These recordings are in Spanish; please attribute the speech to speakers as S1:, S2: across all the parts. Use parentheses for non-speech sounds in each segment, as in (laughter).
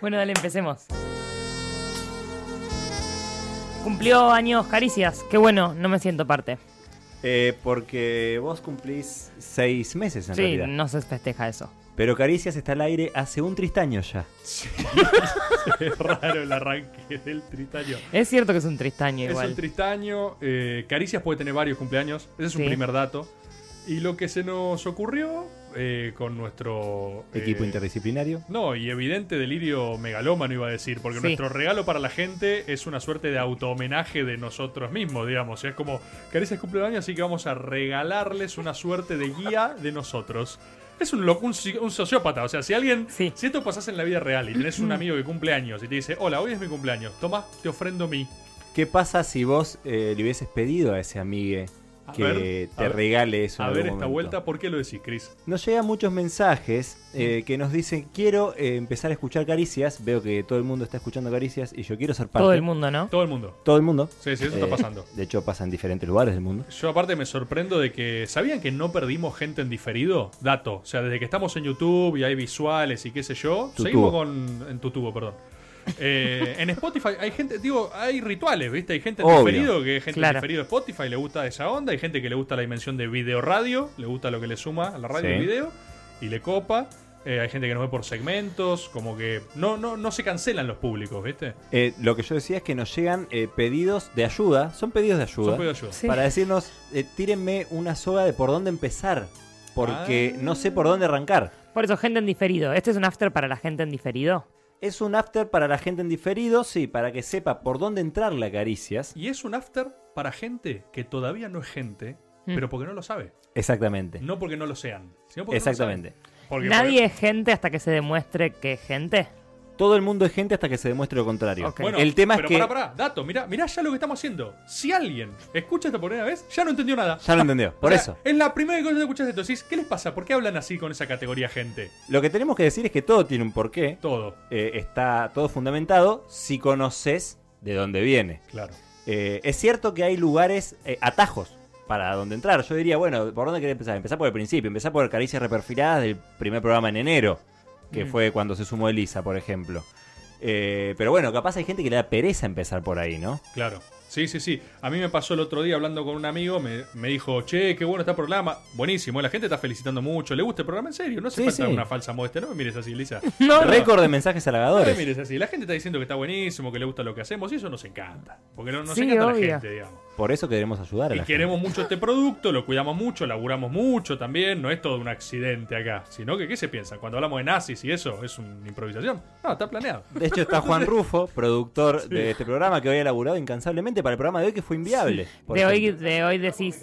S1: Bueno, dale, empecemos. Cumplió años Caricias. Qué bueno, no me siento parte.
S2: Eh, porque vos cumplís seis meses en
S1: sí,
S2: realidad.
S1: no se festeja eso.
S2: Pero Caricias está al aire hace un tristaño ya.
S3: (laughs) Es raro el arranque del tristaño.
S1: Es cierto que es un tristaño
S3: Es
S1: igual.
S3: el tristaño. eh, Caricias puede tener varios cumpleaños. Ese es un
S1: Sí.
S3: primer dato. Y lo que se nos ocurrió eh, con nuestro eh,
S2: Equipo interdisciplinario.
S3: No, y evidente delirio megalómano iba a decir, porque
S1: Sí.
S3: nuestro regalo para la gente es una suerte de autohomenaje de nosotros mismos, digamos. Es como, Caricias cumple el año, así que vamos a regalarles una suerte de guía de nosotros. Es un, loco, un, si- un sociópata, o sea, si alguien,
S1: Sí.
S3: si esto pasase en la vida real y tenés
S1: (clears throat)
S3: un amigo que cumple años y te dice, hola, hoy es mi cumpleaños, toma, te ofrendo mi...
S2: ¿Qué pasa si vos eh, le hubieses pedido a ese amigue
S3: A
S2: que
S3: ver,
S2: te
S3: a ver.
S2: regale eso? en
S3: A
S2: algún
S3: ver esta
S2: momento?
S3: vuelta, ¿por qué lo decís, Chris?
S2: Nos llegan muchos mensajes eh, que nos dicen, quiero eh, empezar a escuchar Caricias. Veo que todo el mundo está escuchando Caricias y yo quiero ser parte.
S1: Todo el mundo, ¿no?
S3: Todo el mundo.
S2: Todo el mundo.
S3: Sí, sí, eso está
S2: Eh,
S3: pasando.
S2: De hecho, pasa en diferentes lugares del mundo.
S3: Yo aparte me sorprendo de que. ¿Sabían que no perdimos gente en diferido? Dato. O sea, desde que estamos en YouTube y hay visuales y qué sé yo.
S2: Tu
S3: seguimos
S2: tubo.
S3: con. En tu tubo, perdón. Eh, en Spotify hay gente, digo, hay rituales, ¿viste? Hay gente en
S2: Obvio.
S3: diferido, que hay gente
S1: Claro.
S3: en diferido de Spotify, le gusta esa onda, hay gente que le gusta la dimensión de video radio, le gusta lo que le suma a la radio
S2: Sí.
S3: y el video, y le copa. Eh, hay gente que nos ve por segmentos, como que no, no, no se cancelan los públicos, ¿viste?
S2: Eh, lo que yo decía es que nos llegan eh, pedidos de ayuda. Son pedidos de ayuda.
S3: Son pedidos de ayuda.
S1: Sí.
S2: para decirnos, eh, tírenme una soga de por dónde empezar, porque
S3: Ah.
S2: no sé por dónde arrancar.
S1: Por eso, gente en diferido. Este es un after para la gente en diferido.
S2: Es un after para la gente en diferido, sí, para que sepa por dónde entrar la caricias.
S3: Y es un after para gente que todavía no es gente,
S1: Mm.
S3: pero porque no lo sabe.
S2: Exactamente.
S3: No porque no lo sean, sino porque no lo
S2: Exactamente.
S3: saben. Porque-
S1: Nadie es gente hasta que se demuestre que es gente.
S2: Todo el mundo es gente hasta que se demuestre lo contrario.
S1: Ok.
S3: porque- bueno,
S2: el tema es
S3: pero
S2: que
S3: Pará, pará, dato, mirá, mirá ya lo que estamos haciendo. Si alguien escucha esto por primera vez, ya no entendió nada.
S2: ya lo
S3: (laughs)
S2: entendió. Por
S3: O sea,
S2: eso,
S3: Es la primera cosa que escuchás esto. Decís, ¿qué les pasa? ¿Por qué hablan así con esa categoría gente?
S2: lo que tenemos que decir es que todo tiene un porqué.
S3: Todo.
S2: eh, está todo fundamentado si conoces de dónde viene.
S3: Claro.
S2: Eh, es cierto que hay lugares, eh, atajos para donde entrar. Yo diría, bueno, ¿por dónde querés empezar? Empezar por el principio, empezar por caricias reperfiladas del primer programa en enero, que
S3: Mm.
S2: fue cuando se sumó Elisa, por ejemplo. Eh, pero bueno, capaz hay gente que le da pereza empezar por ahí, ¿no?
S3: Claro. Sí, sí, sí. A mí me pasó el otro día hablando con un amigo, me, me dijo, che, qué bueno está el programa. Buenísimo, ¿eh? la gente está felicitando mucho, le gusta el programa en serio. No hace
S2: Sí,
S3: falta
S2: sí.
S3: una falsa modestia, no me mires
S2: (laughs)
S3: así, Lisa.
S1: No, no.
S2: Récord de mensajes
S3: No
S2: halagadores.
S3: mires así. La gente está diciendo que está buenísimo, que le gusta lo que hacemos y eso nos encanta. Porque no- nos
S1: Sí,
S3: encanta
S1: obvio.
S3: la gente, digamos.
S2: Por eso queremos ayudar a
S3: Y
S2: la
S3: queremos mucho este producto, lo cuidamos mucho, laburamos mucho también. No es todo un accidente acá, sino que, ¿qué se piensa? Cuando hablamos de nazis y eso, ¿es una improvisación? No, está planeado.
S2: gente. De hecho, está Juan Rufo, productor
S3: (laughs)
S2: de este programa, que hoy ha laburado incansablemente para el programa de hoy, que fue inviable. por
S1: De hoy,
S2: ejemplo.
S1: de hoy decís.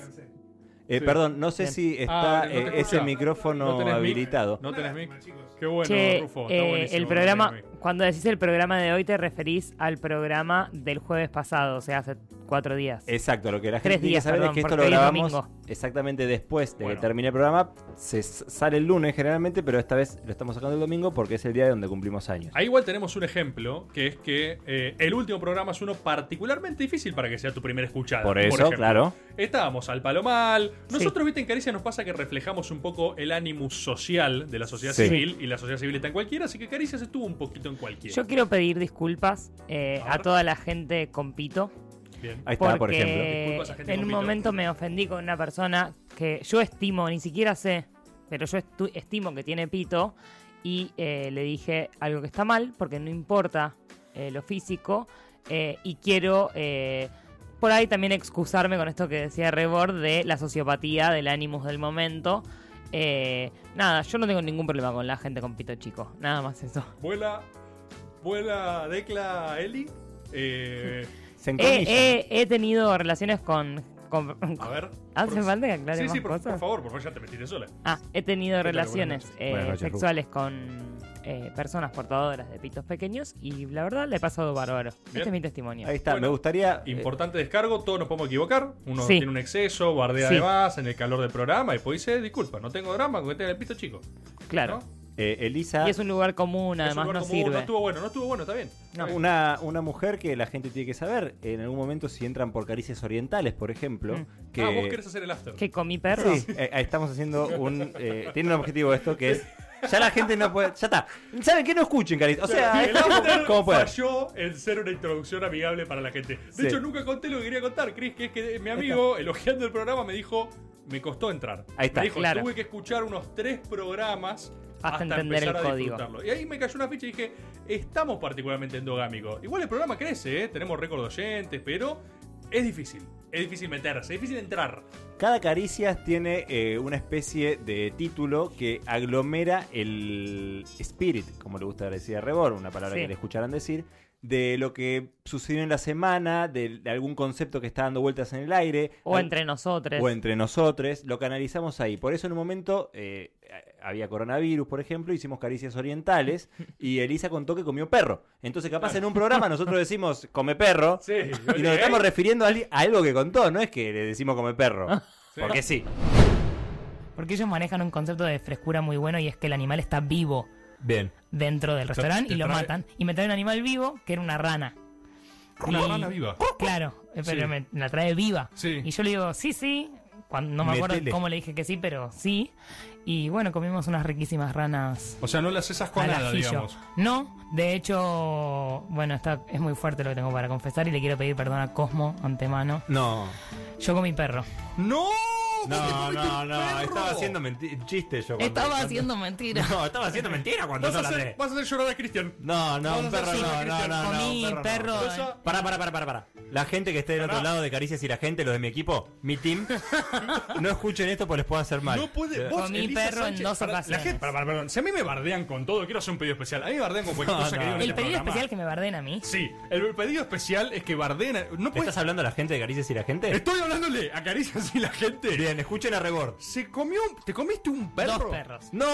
S2: Eh,
S3: sí.
S2: Perdón, no sé si está
S3: Ah, no te
S2: eh,
S3: escucha.
S2: ese micrófono
S3: No tenés mic.
S2: habilitado.
S3: No tenés mic. Qué bueno,
S1: che,
S3: Rufo.
S1: eh,
S3: Está buenísimo.
S1: el
S3: no
S1: programa.
S3: tenés mic.
S1: Cuando decís el programa de hoy, te referís al programa del jueves pasado, o sea, hace cuatro días.
S2: Exacto, lo que la
S1: Tres
S2: gente tiene que
S1: días,
S2: saber
S1: perdón,
S2: es que esto
S1: porque
S2: lo
S1: hoy es
S2: grabamos
S1: domingo.
S2: exactamente después de
S3: Bueno.
S2: que termine el programa. Se s- sale el lunes generalmente, pero esta vez lo estamos sacando el domingo porque es el día donde cumplimos años.
S3: Ahí igual tenemos un ejemplo, que es que eh, el último programa es uno particularmente difícil para que sea tu primera escuchada.
S2: Por eso,
S3: ejemplo.
S2: claro.
S3: Estábamos al palomal. Nosotros, viste, en Caricia nos pasa que reflejamos un poco el ánimo social de la sociedad
S2: Sí.
S3: civil, y la sociedad civil está en cualquiera, así que Caricia se estuvo un poquito en cualquiera.
S1: Yo quiero pedir disculpas eh, a
S3: A ver.
S1: toda la gente con pito.
S3: Bien.
S2: Ahí está, por
S1: porque
S2: ejemplo.
S3: Disculpas a gente
S1: en
S3: con
S1: un
S3: pito.
S1: momento me ofendí con una persona que yo estimo, ni siquiera sé, pero yo estu- estimo que tiene pito y eh, le dije algo que está mal porque no importa eh, lo físico eh, y quiero eh, por ahí también excusarme con esto que decía Rebord de la sociopatía, del ánimos del momento. Eh, nada, yo no tengo ningún problema con la gente con pito chico, nada más eso.
S3: Vuela, vuela Decla Eli. Eh,
S2: Se
S1: He,
S2: encornilla.
S1: he- he tenido relaciones con... con- (laughs)
S3: a ver.
S1: ¿Hace
S3: Por-
S1: falta que aclare
S3: Sí,
S1: más
S3: sí, por,
S1: cosas?
S3: por favor, por favor, ya te metiste sola.
S1: Ah, he tenido
S3: ¿Qué tal?
S1: relaciones
S3: Buenas
S1: eh,
S2: Buenas noches, Ruth.
S1: sexuales con eh, personas portadoras de pitos pequeños y la verdad le he pasado bárbaro.
S3: Bien.
S1: Este es mi testimonio.
S2: Ahí está,
S3: Bueno,
S2: me gustaría. eh,
S3: Importante descargo, todos nos podemos equivocar. Uno
S1: Sí.
S3: tiene un exceso, bardea
S1: Sí.
S3: de más en el calor del programa y después dice, disculpa, no tengo drama con que tenga el pito chico.
S1: claro.
S3: ¿no?
S2: eh, Elisa,
S1: Y es un lugar común,
S3: Es un
S1: además
S3: lugar
S1: no
S3: común,
S1: sirve.
S3: No estuvo bueno, no estuvo bueno, está bien. Está bien.
S2: una, una mujer que la gente tiene que saber. En algún momento, si entran por caricias orientales, por ejemplo,
S1: Mm.
S2: que.
S3: Ah, vos querés hacer el after.
S1: Que comí perro.
S2: Sí, eh, eh, estamos haciendo un. eh, tiene un objetivo esto que es Ya la gente no puede. Ya está. ¿Saben qué? No escuchen, Carita. O sea,
S3: el
S2: estamos
S3: After
S2: como pueda.
S3: falló en ser una introducción amigable para la gente. De
S2: Sí.
S3: hecho, nunca conté lo que quería contar, Chris, que es que mi amigo, elogiando el programa, me dijo, me costó entrar.
S2: Ahí está.
S3: Me dijo,
S4: Claro.
S3: tuve que escuchar unos tres programas
S4: Hasta
S3: hasta,
S4: entender el
S3: empezar a
S4: código".
S3: disfrutarlo. Y ahí me cayó una ficha y dije, estamos particularmente endogámicos. Igual el programa crece, ¿eh? tenemos récord de oyentes, pero es difícil. Es difícil meterse, es difícil entrar.
S2: Cada caricias tiene eh, una especie de título que aglomera el spirit, como le gusta decir a Rebor, una palabra
S4: Sí.
S2: que le escucharán decir, de lo que sucedió en la semana, de, de algún concepto que está dando vueltas en el aire.
S4: O
S2: Al-
S4: entre nosotros.
S2: o entre nosotros, lo canalizamos ahí. Por eso en un momento eh, había coronavirus, por ejemplo, hicimos caricias
S4: (laughs)
S2: orientales y Elisa contó que comió perro. Entonces, capaz en un programa nosotros decimos come perro
S3: Sí,
S2: (laughs) y nos
S3: ¿eh?
S2: estamos refiriendo a, ali- a algo que contó, no es que le decimos come perro. Porque sí.
S1: Porque ellos manejan un concepto de frescura muy bueno y es que el animal está vivo
S2: Bien.
S1: dentro del
S3: sea,
S1: restaurante
S3: te
S1: y lo
S3: trae-
S1: matan. Y me trae un animal vivo que era una rana.
S3: Una
S1: Y-
S3: rana viva.
S1: Claro, eh, pero
S3: Sí.
S1: me la trae viva.
S3: Sí.
S1: Y yo le digo, sí, sí. Cuando, no me acuerdo
S2: Metele.
S1: cómo le dije que sí, pero sí. Y bueno, comimos unas riquísimas ranas
S3: O sea, no las esas
S1: al ajillo. No, de hecho, bueno, está, es muy fuerte lo que tengo para confesar y le quiero pedir perdón a Cosmo antemano.
S2: No.
S1: Yo con mi perro.
S3: ¡No!
S2: No, no, no. Estaba haciendo menti- chiste yo. cuando-
S1: Estaba
S2: cuando-
S1: haciendo mentira.
S2: (laughs) No, estaba haciendo mentira cuando
S3: Vas
S2: no
S3: a,
S2: la
S3: hacer, vas a hacer llorar a Cristian.
S2: No, no,
S3: Vas a
S2: un
S3: hacer
S2: perro
S3: llorar a
S2: no, no,
S3: Cristian.
S2: no, no.
S1: Comí
S2: un perro.
S1: perro.
S2: no.
S1: no.
S3: Esa-
S2: Pará, pará, pará, pará, pará. La gente que esté del otro
S3: Pará.
S2: lado de Caricias y la gente, los de mi equipo, mi team, no escuchen esto porque les puedo hacer mal. Eh,
S3: No puede. Vos,
S1: Comí
S3: Elisa
S1: perro en
S3: Sánchez,
S1: dos
S3: pará, La
S1: ocasiones.
S3: gente, pará, pará, perdón. Si a mí me bardean con todo, quiero hacer un pedido especial. A mí me bardean con cualquier
S2: No,
S3: cosa
S2: no.
S3: que digo en
S1: El
S3: este
S1: pedido
S3: programa.
S1: especial que me barden a mí.
S3: Sí, el pedido especial es que barden. a- No
S2: ¿Estás
S3: puedes.
S2: hablando a la gente de Caricias y la gente?
S3: Estoy hablándole a caricias y la gente.
S2: Bien, escuchen a Rebord.
S3: Se comió. un- ¿Te comiste un perro?
S1: Dos perros.
S2: ¡No!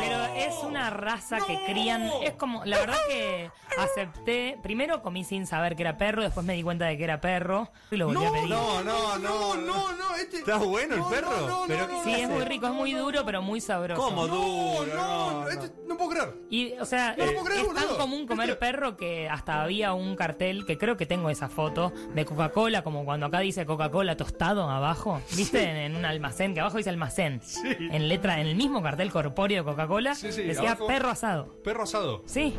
S1: Pero es una raza que
S3: ¡No!
S1: crían. Es como, la verdad que acepté. Primero comí sin saber que era perro, después me di cuenta de que era perro y lo volví a
S3: No,
S1: pedir.
S3: no, no, no, no, no. Este...
S2: ¿Está bueno el
S3: No,
S2: perro?
S3: No, no,
S2: Pero
S3: no, no,
S1: sí, es
S3: no,
S1: muy
S3: no,
S1: rico, es
S3: no,
S1: muy
S3: no,
S1: duro, pero muy sabroso.
S2: ¿Cómo
S3: No,
S2: duro?
S3: no, este- no puedo creer.
S1: Y, o sea,
S3: No lo puedo creer,
S1: es tan
S3: boludo.
S1: común comer
S3: Este-
S1: perro que hasta había un cartel, que creo que tengo esa foto, de Coca-Cola, como cuando acá dice Coca-Cola tostado abajo, ¿viste? En, en un almacén, que abajo dice almacén. En letra, en el mismo cartel corpóreo de Coca-Cola,
S3: Sí, sí,
S1: decía
S3: abajo.
S1: perro asado.
S3: Perro asado.
S1: Sí,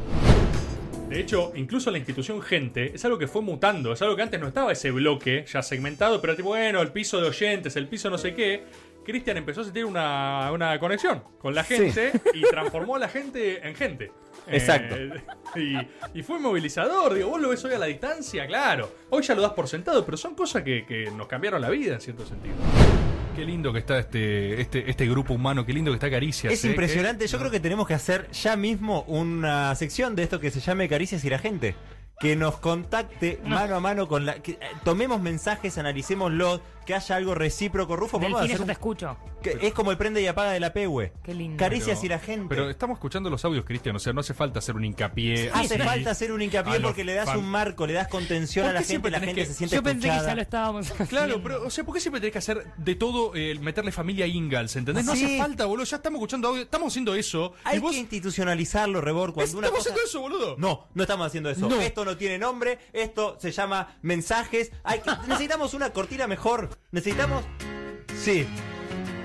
S3: De hecho, incluso la institución gente es algo que fue mutando, es algo que antes no estaba ese bloque ya segmentado, pero tipo, bueno, el piso de oyentes, el piso no sé qué. Cristian empezó a sentir una, una conexión con la gente y transformó a la gente en gente.
S2: (laughs) Exacto.
S3: Eh, y, y fue movilizador, digo, vos lo ves hoy a la distancia, claro. Hoy ya lo das por sentado, pero son cosas que, que nos cambiaron la vida en cierto sentido. Qué lindo que está este, este, este grupo humano, qué lindo que está eh, Caricia.
S2: Es impresionante. Yo creo que tenemos que hacer ya mismo una sección de esto que se llame Caricias y la gente. Que nos contacte mano a mano con la. Que eh, tomemos mensajes, analicémoslos, que haya algo recíproco. Rufo, vamos a
S1: Delfines,
S2: hacer.
S1: yo te
S2: un-
S1: escucho.
S2: que- es como el prende y apaga de la PEWE.
S1: Qué lindo.
S2: Caricias y la gente.
S3: Pero estamos escuchando los audios, Cristian, o sea, no hace falta hacer un hincapié. Ah,
S2: Hace
S3: así.
S2: falta hacer un hincapié
S3: A los
S2: porque le das
S3: Ah, fan-
S2: un marco, le das contención
S3: ¿Por
S2: a la
S3: qué
S2: gente,
S3: siempre
S2: la
S3: tenés
S2: gente
S3: que-
S2: se siente
S1: Yo pensé que ya
S2: escuchada.
S1: lo
S2: (laughs)
S1: estábamos
S3: Claro,
S1: haciendo.
S3: pero, o sea, ¿por qué siempre tenés que hacer de todo, eh, meterle familia a Ingalls, ¿entendés? No
S2: Sí.
S3: hace falta, boludo, ya estamos escuchando audio, estamos haciendo eso.
S2: Hay
S3: y vos,
S2: que institucionalizarlo, Rebor, cuando
S3: estamos
S2: una cosa...
S3: haciendo eso, boludo.
S2: No, no estamos haciendo eso.
S1: No.
S2: Esto no tiene nombre, esto se llama mensajes. Hay
S3: (laughs)
S2: que- Necesitamos una cortina mejor. Necesitamos... Sí.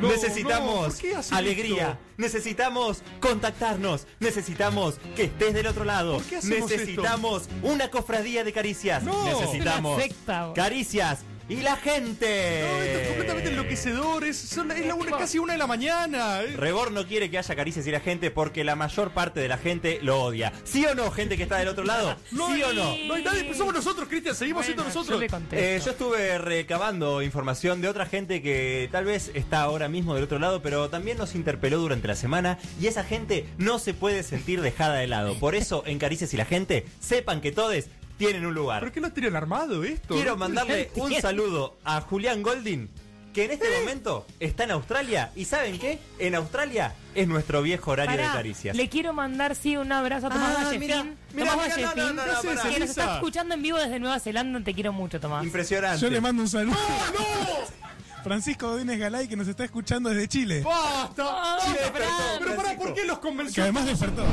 S3: No, no,
S2: Necesitamos
S3: ¿por qué hacen
S2: alegría.
S3: esto?
S2: Necesitamos contactarnos. Necesitamos que estés del otro lado.
S3: ¿Por qué hacemos
S2: Necesitamos una cofradía de caricias.
S3: No.
S2: Necesitamos
S1: Una secta, boludo.
S2: caricias y la gente.
S3: No, esto es completamente enloquecedor, es, son- es la una-
S1: tipo-
S3: casi una de la mañana. eh.
S2: Rebor no quiere que haya caricias y la gente porque la mayor parte de la gente lo odia. ¿Sí o no, gente que está del otro lado?
S3: (laughs) No
S2: ¿Sí
S3: hay-
S2: o no?
S3: No hay nadie, somos nosotros, Cristian, seguimos siendo
S1: Bueno, yo
S3: nosotros.
S1: le contesto.
S2: Eh, yo estuve recabando información de otra gente que tal vez está ahora mismo del otro lado, pero también nos interpeló durante la semana y esa gente no se puede sentir dejada de lado. Por eso, en Caricias y la gente, sepan que todos tienen un
S3: ¿Por
S2: lugar.
S3: qué lo tienen armado esto? (laughs)
S2: Quiero mandarle un saludo a Julián Goldin, que en este momento está en Australia y ¿saben qué? En Australia es nuestro viejo horario
S1: Pará,
S2: de caricias.
S1: Le quiero mandar, sí, un abrazo a Tomás
S2: Ah,
S1: Vallefín.
S2: mira, mira,
S1: Tomás
S2: mira, no,
S1: Vallefín,
S2: no, no, no,
S1: que
S2: pará.
S1: nos está escuchando en vivo desde Nueva Zelanda. Te quiero mucho, Tomás.
S2: Impresionante.
S5: Yo le mando un saludo.
S6: ¡Ah,
S5: Francisco Godínez Galay, que nos está escuchando desde Chile.
S3: ¡Basta!
S1: Ah,
S3: Chile,
S1: Fran.
S3: pero, pero pará, ¿por qué los
S5: Que
S3: convenció?
S5: además despertó.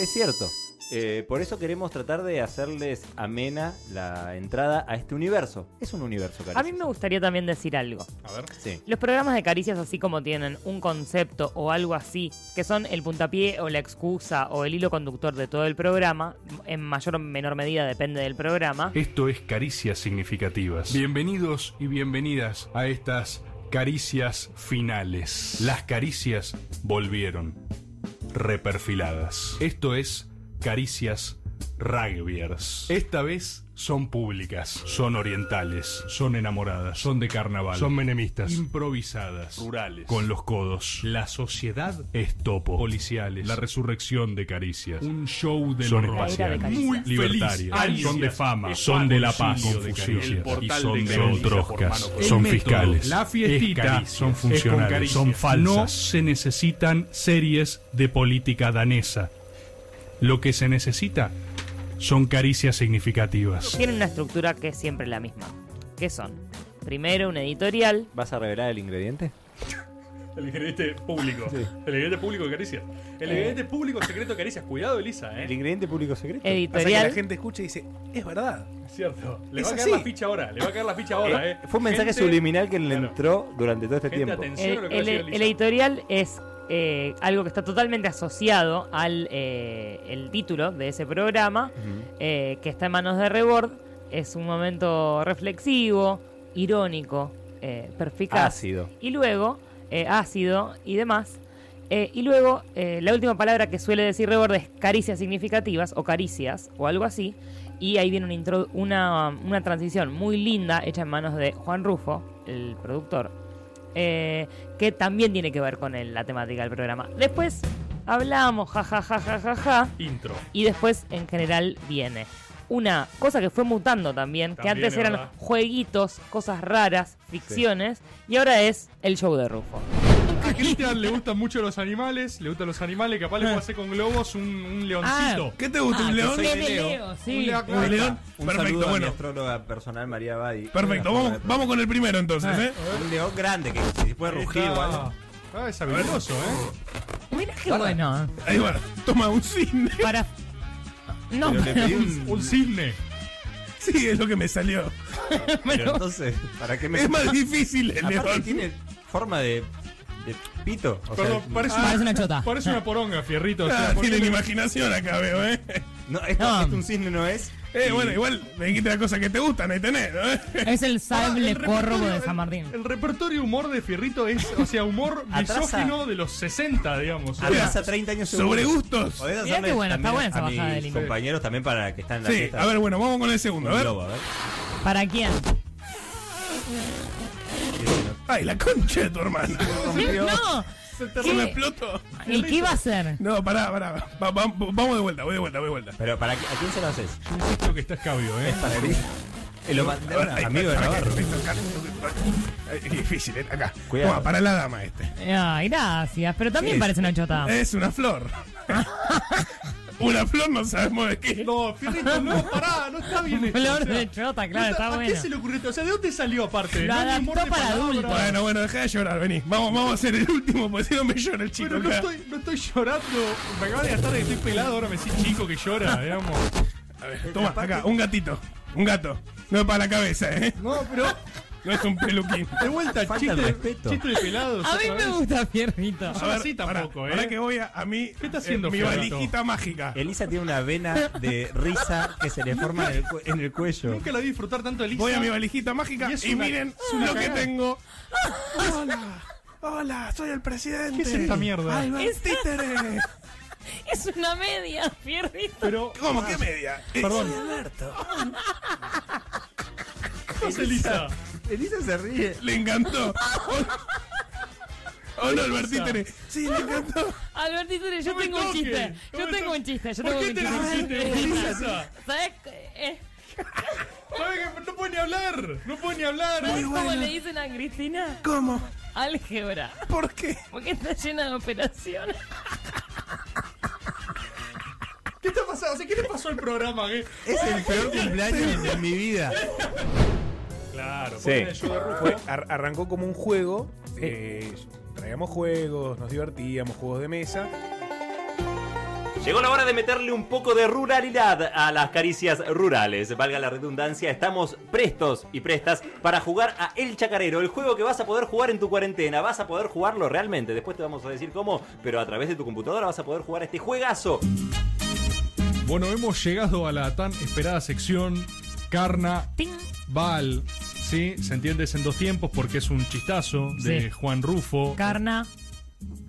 S2: Es cierto. Eh, por eso queremos tratar de hacerles amena la entrada a este universo. Es un universo, Caricias.
S1: A mí me gustaría también decir algo.
S3: A ver.
S2: Sí.
S1: Los programas de caricias, así como tienen un concepto o algo así, que son el puntapié o la excusa o el hilo conductor de todo el programa, en mayor o menor medida depende del programa,
S7: Esto es Caricias Significativas. Bienvenidos y bienvenidas a estas caricias finales. Las caricias volvieron. Reperfiladas.
S6: Eh.
S7: Esto es Caricias Rugbyers.
S6: Eh.
S7: Esta vez son públicas, son orientales, son enamoradas, son de carnaval, son menemistas, improvisadas, rurales, con los codos. La sociedad es topo, policiales, la resurrección de caricias, un show de
S3: Son
S7: los
S1: espacial.
S7: espaciales,
S1: Muy
S7: libertarios,
S3: feliz.
S7: son de fama,
S3: Caricias.
S7: son de la paz,
S3: Concilio de caricias. El
S7: y
S3: portal
S7: son
S3: de
S7: de
S3: caricias
S7: son
S3: por mano
S7: troscas,
S3: propia.
S7: son
S3: El método,
S7: fiscales,
S3: la fiestita,
S7: es caricias,
S3: son
S7: es con
S3: funcionales,
S7: caricias.
S3: son falsas.
S7: No se necesitan series de política danesa. Lo que se necesita son caricias significativas.
S1: tienen una estructura que es siempre la misma. ¿Qué son? Primero un editorial,
S2: ¿Vas a revelar el ingrediente?
S6: Eh.
S3: El ingrediente público. El ingrediente público de Caricias. El ingrediente público secreto de Caricias. Cuidado, Elisa,
S2: Eh. El
S3: ¿eh?
S2: ingrediente público secreto.
S6: Pasa que la
S1: editorial,
S6: gente escucha y dice, es verdad.
S3: Cierto. Le va
S6: Es
S3: a caer
S6: así.
S3: la ficha ahora. Le va a caer la ficha ahora, ¿eh?
S2: Fue un mensaje
S3: Gente-
S2: subliminal que le
S3: Claro.
S2: entró durante todo este
S3: Gente,
S2: tiempo.
S3: atención.
S1: el,
S3: Yo creo que
S1: el-
S3: va a ser Elisa.
S1: el editorial es eh, algo que está totalmente asociado al eh, el título de ese programa,
S2: Ujú.
S1: eh, que está en manos de Rebord. Es un momento reflexivo, irónico, eh, perficaz.
S2: Ácido.
S1: y luego eh, ácido y demás. Eh, y luego eh, la última palabra que suele decir Rebord es caricias significativas o caricias o algo así. Y ahí viene una, intro- una, una transición muy linda hecha en manos de Juan Rufo, el productor, eh, que también tiene que ver con el- la temática del programa. Después hablamos, ja, ja, ja, ja, ja, ja,
S3: Intro.
S1: y después en general viene. Una cosa que fue mutando también, que
S3: También
S1: antes
S3: es
S1: eran
S3: verdad.
S1: jueguitos, cosas raras, ficciones, y ahora es el show de Rufo.
S3: A Cristian le gustan mucho los animales, le gustan los animales, capaz
S1: Ah.
S3: le puedo hacer con globos un, un leoncito.
S6: ¿Qué te gusta,
S8: Ah,
S6: un
S8: que
S6: león?
S8: soy de Leo,
S1: sí.
S6: ¿Un león?
S2: Un
S6: Perfecto,
S2: saludo a mi
S6: bueno.
S2: astróloga personal María Badi.
S6: Perfecto, vamos, vamos con el primero entonces, ¿eh?
S2: Un león grande que si puede rugir o algo.
S3: Ah, ah, es habilidoso, ¿eh.
S8: Mira qué bueno.
S6: Ahí va, toma un cisne.
S8: Para. No,
S2: Pero
S8: (laughs)
S2: le pedí un-
S3: Un cisne.
S6: Sí, es lo que me salió.
S2: Pero entonces, ¿para qué me.?
S6: Es más difícil el
S2: Aparte
S6: león.
S2: tiene forma de, de pito. O sea,
S3: Perdón, parece,
S8: parece una chota.
S3: Parece Ah, una poronga, fierrito. o sea,
S6: Ah,
S3: ¿por qué
S6: tienen
S3: le-
S6: imaginación acá, veo, ¿eh?
S2: no, esto,
S8: No.
S2: esto un cisne no es.
S6: Eh,
S2: Y-
S6: bueno, igual me dijiste las cosas que te gustan, ahí tenés, ¿no? ¿eh?
S8: es el
S3: Ah,
S8: sable corvo de San Martín.
S3: El repertorio humor de Fierrito es, o sea, (laughs) humor
S2: Atrasa.
S3: misógino de los 60, digamos.
S2: Atrás a 30 años
S6: Sobre
S2: seguro.
S6: gustos.
S2: Podés
S8: Mirá
S2: hacerle
S8: qué bueno, está
S2: también
S8: buena esa
S2: a
S8: bajada de
S2: mis
S8: línea.
S2: compañeros también para que están en la
S6: Sí,
S2: fiesta.
S6: a ver, bueno, vamos con el segundo,
S2: Un
S6: a ver.
S2: globo, a ver.
S8: ¿Para quién?
S6: Ay, la concha de tu hermana.
S8: No.
S6: Se me
S8: ¿Qué?
S6: explotó.
S8: ¿Y qué iba a hacer?
S6: No, pará, pará. Va- va- vamos de vuelta, voy de vuelta, voy de vuelta.
S2: Pero para qué- a quién se lo haces?
S6: Ah,
S7: Insisto que está escabio, ¿eh?
S2: Para mí. Eh, Lo mandé a un amigo de Navarro.
S6: Es difícil, ¿eh? acá.
S2: Cuidado.
S6: Toma, para la dama este.
S8: Ay, gracias. Pero
S2: Sí,
S8: también parece una chota.
S6: Es una flor. una flor Ah, no sabemos de qué.
S3: No, Fierrito, no, pará, no está (laughs) bien esto.
S8: Flor
S3: o sea,
S8: de chota,
S3: no
S8: claro, está
S3: ¿A qué se
S8: bueno.
S3: le ocurrió esto? O sea, ¿de dónde salió aparte?
S8: Lo
S3: No es ni humor
S8: adaptó
S3: de
S8: para
S3: palabra.
S8: adultos.
S6: Bueno, bueno, deja de llorar, vení. Vamos, vamos a hacer el último, porque si no me llora el chico.
S3: Pero no
S6: acá.
S3: estoy, no estoy llorando. Me acabas de gastar de que estoy pelado, ahora me decís chico que
S6: (laughs)
S3: llora, digamos.
S6: A ver, toma, acá, un gatito. Un gato. No es para la cabeza, ¿eh?
S3: No, pero
S6: No es un peluquín.
S3: de vuelta,
S2: Falta
S3: chiste,
S2: de
S3: de,
S2: respeto.
S3: chiste de pelados.
S8: A mí
S3: otra
S8: me
S3: vez.
S8: gusta
S1: (laughs)
S8: Fierrito.
S3: No son así tampoco,
S6: Ahora-
S3: ¿eh?
S6: Ahora que voy a, a mí,
S3: está haciendo,
S6: mi
S3: Fernando?
S6: valijita mágica.
S2: Elisa tiene una vena de risa que se le forma en el, cue- en el cuello.
S3: Nunca la vi disfrutar tanto, Elisa.
S6: Voy a mi valijita mágica
S3: Y es
S6: y,
S3: una-
S6: miren
S3: es una
S6: lo
S3: cagada.
S6: que tengo. Hola, hola, soy el presidente.
S3: ¿Qué es esta mierda?
S6: Albert
S8: Es-
S6: Títere.
S8: Es una media, Fierrito.
S3: Pero,
S6: ¿Cómo? ¿Qué media? Eh,
S3: Perdón.
S6: soy Alberto.
S3: ¿qué es Elisa?
S2: Elisa se ríe.
S6: Le encantó. Hola, Albert Títere. Sí, le encantó.
S8: Albertito, yo
S3: No me
S8: tengo un
S3: toques,
S8: chiste.
S3: no
S8: Yo
S3: me
S8: tengo
S3: toques.
S8: un chiste. Yo
S3: ¿Por
S8: tengo
S3: qué
S8: un
S3: te lo
S8: chiste.
S3: hiciste, Elisa?
S8: ¿Sabes qué? Eh,
S3: ¿Sabes que no puede ni hablar? No puede ni
S8: ¿sabes
S3: hablar. ¿eh?
S8: cómo
S6: bueno.
S8: le dicen a Cristina?
S6: ¿Cómo?
S8: Álgebra.
S6: ¿Por qué?
S8: Porque está llena de operaciones.
S3: ¿Qué está pasando? O sea, ¿Qué le pasó al programa? eh? ¿Qué?
S2: Es el
S3: (laughs)
S2: peor cumpleaños de mi vida.
S3: Claro,
S2: Sí.
S3: ponen el show de Rufo.
S5: Fue- ar- arrancó como un juego. eh, traíamos juegos, nos divertíamos, juegos de mesa.
S2: Llegó la hora de meterle un poco de ruralidad a las caricias rurales. Valga la redundancia, estamos prestos y prestas para jugar a El Chacarero, el juego que vas a poder jugar en tu cuarentena. Vas a poder jugarlo realmente, después te vamos a decir cómo, pero a través de tu computadora vas a poder jugar este juegazo.
S3: Bueno, hemos llegado a la tan esperada sección Carna Val. Sí, se entiende es en dos tiempos porque es un chistazo de
S1: Sí.
S3: Juan Rufo.
S1: Carna,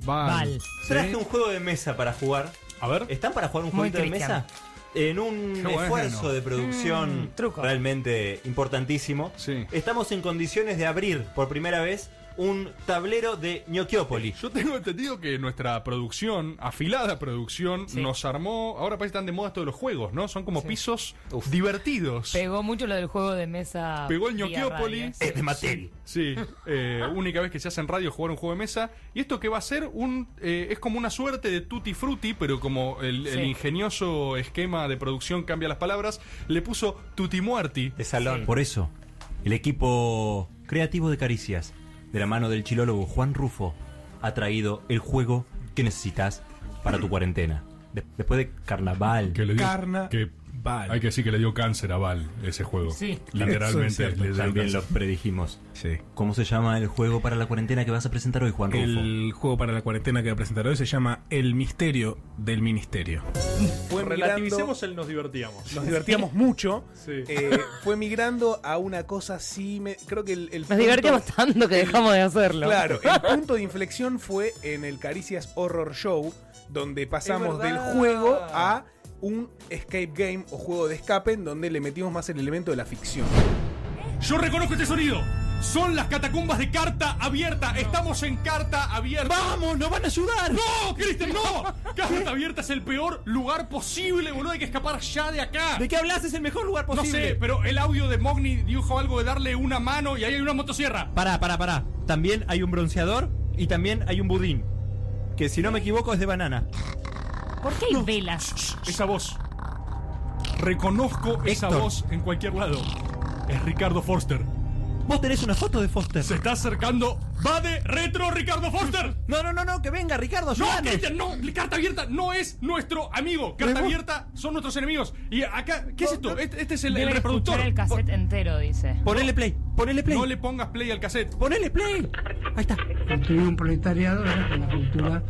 S3: Val.
S1: Val.
S3: Sí.
S2: Traje un juego de mesa para jugar.
S3: A ver,
S2: ¿Están para jugar un
S1: Muy
S2: jueguito de
S1: cristiano.
S2: mesa? En un
S3: Qué bueno.
S2: esfuerzo de producción
S1: Mm, truco.
S2: realmente importantísimo,
S3: Sí.
S2: estamos en condiciones de abrir por primera vez un tablero de Ñoquiópolis.
S3: yo tengo entendido que nuestra producción, afilada producción,
S1: Sí.
S3: nos armó. Ahora parece que están de moda todos los juegos, ¿no? Son como pisos divertidos.
S1: Pegó mucho lo del juego de mesa.
S3: Pegó el
S1: vía
S3: Ñoquiópoli.
S1: radio, sí.
S2: Es Eh, de Mattel.
S3: Sí, eh, única vez que se hace en radio jugar un juego de mesa. Y esto que va a ser un. eh, es como una suerte de tutti frutti, pero como el, el
S1: Sí.
S3: ingenioso esquema de producción cambia las palabras, le puso tutti muerti.
S2: de salón. Por eso, el equipo creativo de Caricias, de la mano del chilólogo Juan Rufo, ha traído el juego que necesitas para tu cuarentena. De- después de carnaval.
S3: le
S9: Carna. Val.
S3: que decir que le dio cáncer a Val ese juego.
S1: Sí.
S9: Literalmente, Eso es cierto. le
S2: También lo predijimos.
S9: Sí.
S2: ¿Cómo se llama el juego para la cuarentena que vas a presentar hoy, Juan Rufo?
S9: El juego para la cuarentena que va a presentar hoy se llama El misterio del ministerio.
S5: Fue migrando,
S10: Relativicemos el nos divertíamos.
S5: nos divertíamos mucho.
S10: Sí.
S5: eh, fue migrando a una cosa así. me- creo que el. el
S11: Nos
S5: punto-
S11: divertimos tanto que dejamos de hacerlo.
S5: Claro, el punto de inflexión fue en el Caricias Horror Show, donde pasamos del
S2: verdad.
S5: juego a un escape game o juego de escape, en donde le metimos más el elemento de la ficción.
S3: Yo reconozco este sonido. Son las catacumbas de carta abierta. Estamos en carta abierta. ¡Vamos! ¡Nos van a ayudar! ¡No, Cristian, no! Carta abierta es el peor lugar posible, boludo. Hay que escapar ya de acá.
S2: qué hablas? Es el mejor lugar
S3: No sé, pero el audio de Mogni dijo algo de darle una mano y ahí hay una motosierra.
S2: Pará, pará, pará. También hay un bronceador y también hay un budín. Que si no me equivoco es de banana.
S1: (laughs) ¿Por qué hay velas?
S3: Esa voz. Reconozco esa
S2: Héctor.
S3: voz en cualquier lado. Es Ricardo Forster.
S2: Vos tenés una foto de Foster.
S3: Se está acercando. ¡Va de retro, Ricardo Forster!
S2: No, no, no, no, que venga, Ricardo,
S3: Ah, ¡No,
S2: ayúdanos.
S3: Cristian, no! Carta abierta no es nuestro amigo. Carta
S2: ¿Vemos?
S3: abierta son nuestros enemigos. Y acá, ¿qué es esto? Este, este es el, el
S1: Debe
S3: reproductor.
S1: escuchar el cassette entero, dice.
S2: Ponele play, ponele play.
S3: No le pongas play al cassette.
S2: Ponele play. Ahí está.
S7: construir un proletariado ¿verdad? con la cultura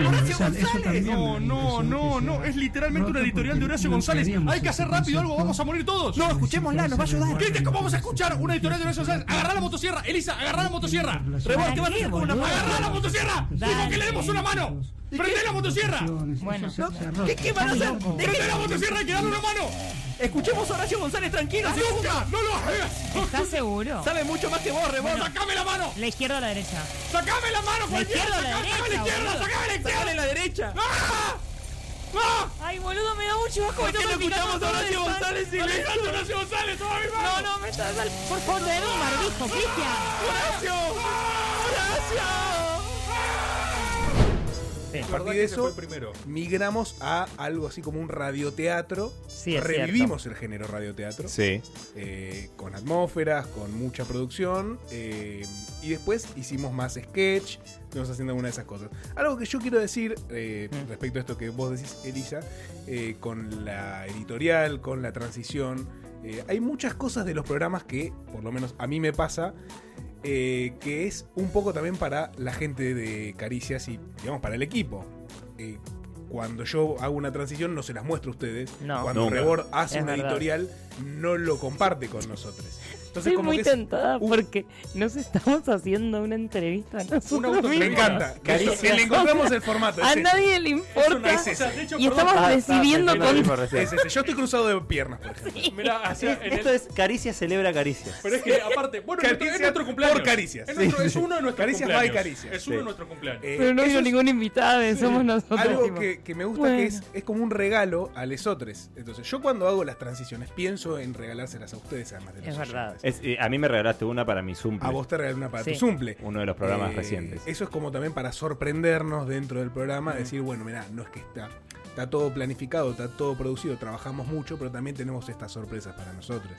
S7: universal. Eso también
S3: No, no,
S7: me impresionó
S3: no,
S7: que
S3: no.
S7: sea
S3: Es literalmente una
S7: roto
S3: editorial de
S7: porque
S3: Horacio
S7: no
S3: González.
S7: queríamos
S3: Hay que hacer
S7: ese
S3: rápido algo,
S7: concepto.
S3: vamos a morir todos.
S2: No, escuchémosla, nos va a ayudar.
S3: Cristian, ¿cómo vamos a escuchar una editorial de Horacio González? Agarrá la motosierra, Elisa, agarrá la motosierra. Rebor, te vas a hacer con una
S7: boludo?
S3: ¡Agarrá la motosierra! ¡Dijo que le demos una mano! ¡Prende la motosierra!
S1: Bueno.
S7: ¿Qué, qué van a hacer?
S3: ¡Prende la motosierra y que darle una mano!
S2: Escuchemos a Horacio González tranquilo.
S3: ¡Nunca! ¡No lo hagas!
S1: ¿Estás seguro?
S2: Sabe mucho más que vos, Rebor.
S3: ¡Sacame la mano!
S1: La izquierda o la derecha.
S3: ¡Sacame la mano, cualquiera!
S1: izquierda o la
S3: ¡Sacame sacame
S1: derecha,
S3: la izquierda!
S1: boludo?
S3: ¡Sacame la izquierda!
S2: la derecha.
S3: ¡Ah! ¡Ah!
S1: Ay, boludo, me da mucho asco. ¿Por
S2: qué no escuchamos a Horacio González y
S3: ¡No le salto a Horacio González! ¡Toma mi mano!
S1: No, no, me estás al... Por favor, le doy un barbijo, Cristian. ¡Ah!
S3: ¡Horacio!
S5: A partir de eso,
S3: primero.
S5: migramos a algo así como un radioteatro.
S11: Sí, es
S5: Revivimos el género radioteatro.
S2: Sí.
S5: eh, con atmósferas, con mucha producción. eh, y después hicimos más sketch, fuimos haciendo alguna de esas cosas. Algo que yo quiero decir eh,
S11: Mm.
S5: respecto a esto que vos decís, Elisa, eh, con la editorial, con la transición. eh, hay muchas cosas de los programas que, por lo menos a mí me pasa, eh, que es un poco también para la gente de Caricias y, digamos, para el equipo. Eh, cuando yo hago una transición no se las muestro a ustedes.
S11: No.
S5: cuando
S2: Nunca.
S5: Rebord hace
S11: Es
S5: una
S11: verdad.
S5: editorial, no lo comparte con nosotros. Entonces,
S11: Estoy
S5: como
S11: muy
S5: que es-
S11: tentada
S5: un-
S11: porque nos estamos haciendo una entrevista. a nosotros
S5: me
S11: mismos.
S5: encanta.
S2: Caricia.
S5: Eso, le encontramos el formato.
S11: A
S5: es ese.
S11: nadie le importa.
S5: es ese. Ah,
S10: de hecho,
S11: Y
S10: perdón.
S11: estamos recibiendo con...
S5: Es ese. Yo estoy cruzado de piernas, por ejemplo. (laughs)
S10: Mirá, o sea, en
S2: Esto
S10: el-
S2: es Caricia celebra Caricias.
S10: Pero es que, aparte, bueno,
S5: Caricias
S10: es nuestro cumpleaños.
S5: por caricias.
S10: Es, nuestro- es uno de nuestros
S5: Caricias by
S10: cumpleaños.
S5: caricias.
S10: Es uno
S2: Sí.
S10: de nuestros cumpleaños.
S5: Eh,
S11: Pero no
S5: eso
S11: vino
S5: es
S11: ningún invitado, somos nosotros.
S5: Algo
S11: tipo.
S5: que, que me gusta
S11: Bueno.
S5: que es, es como un regalo a lesotres. Entonces, yo cuando hago las transiciones pienso en regalárselas a ustedes, además de los
S11: Es verdad.
S5: oyentes.
S12: Es- eh, a mí me regalaste una para mi Zoom.
S5: A vos te regalan una para
S11: Sí.
S5: tu cumple.
S12: Uno de los programas
S5: Eh,
S12: recientes.
S5: Eso es como también para sorprendernos dentro del programa, decir, bueno, mirá, no es que está, está todo planificado, está todo producido, trabajamos mucho, pero también tenemos estas sorpresas para nosotros.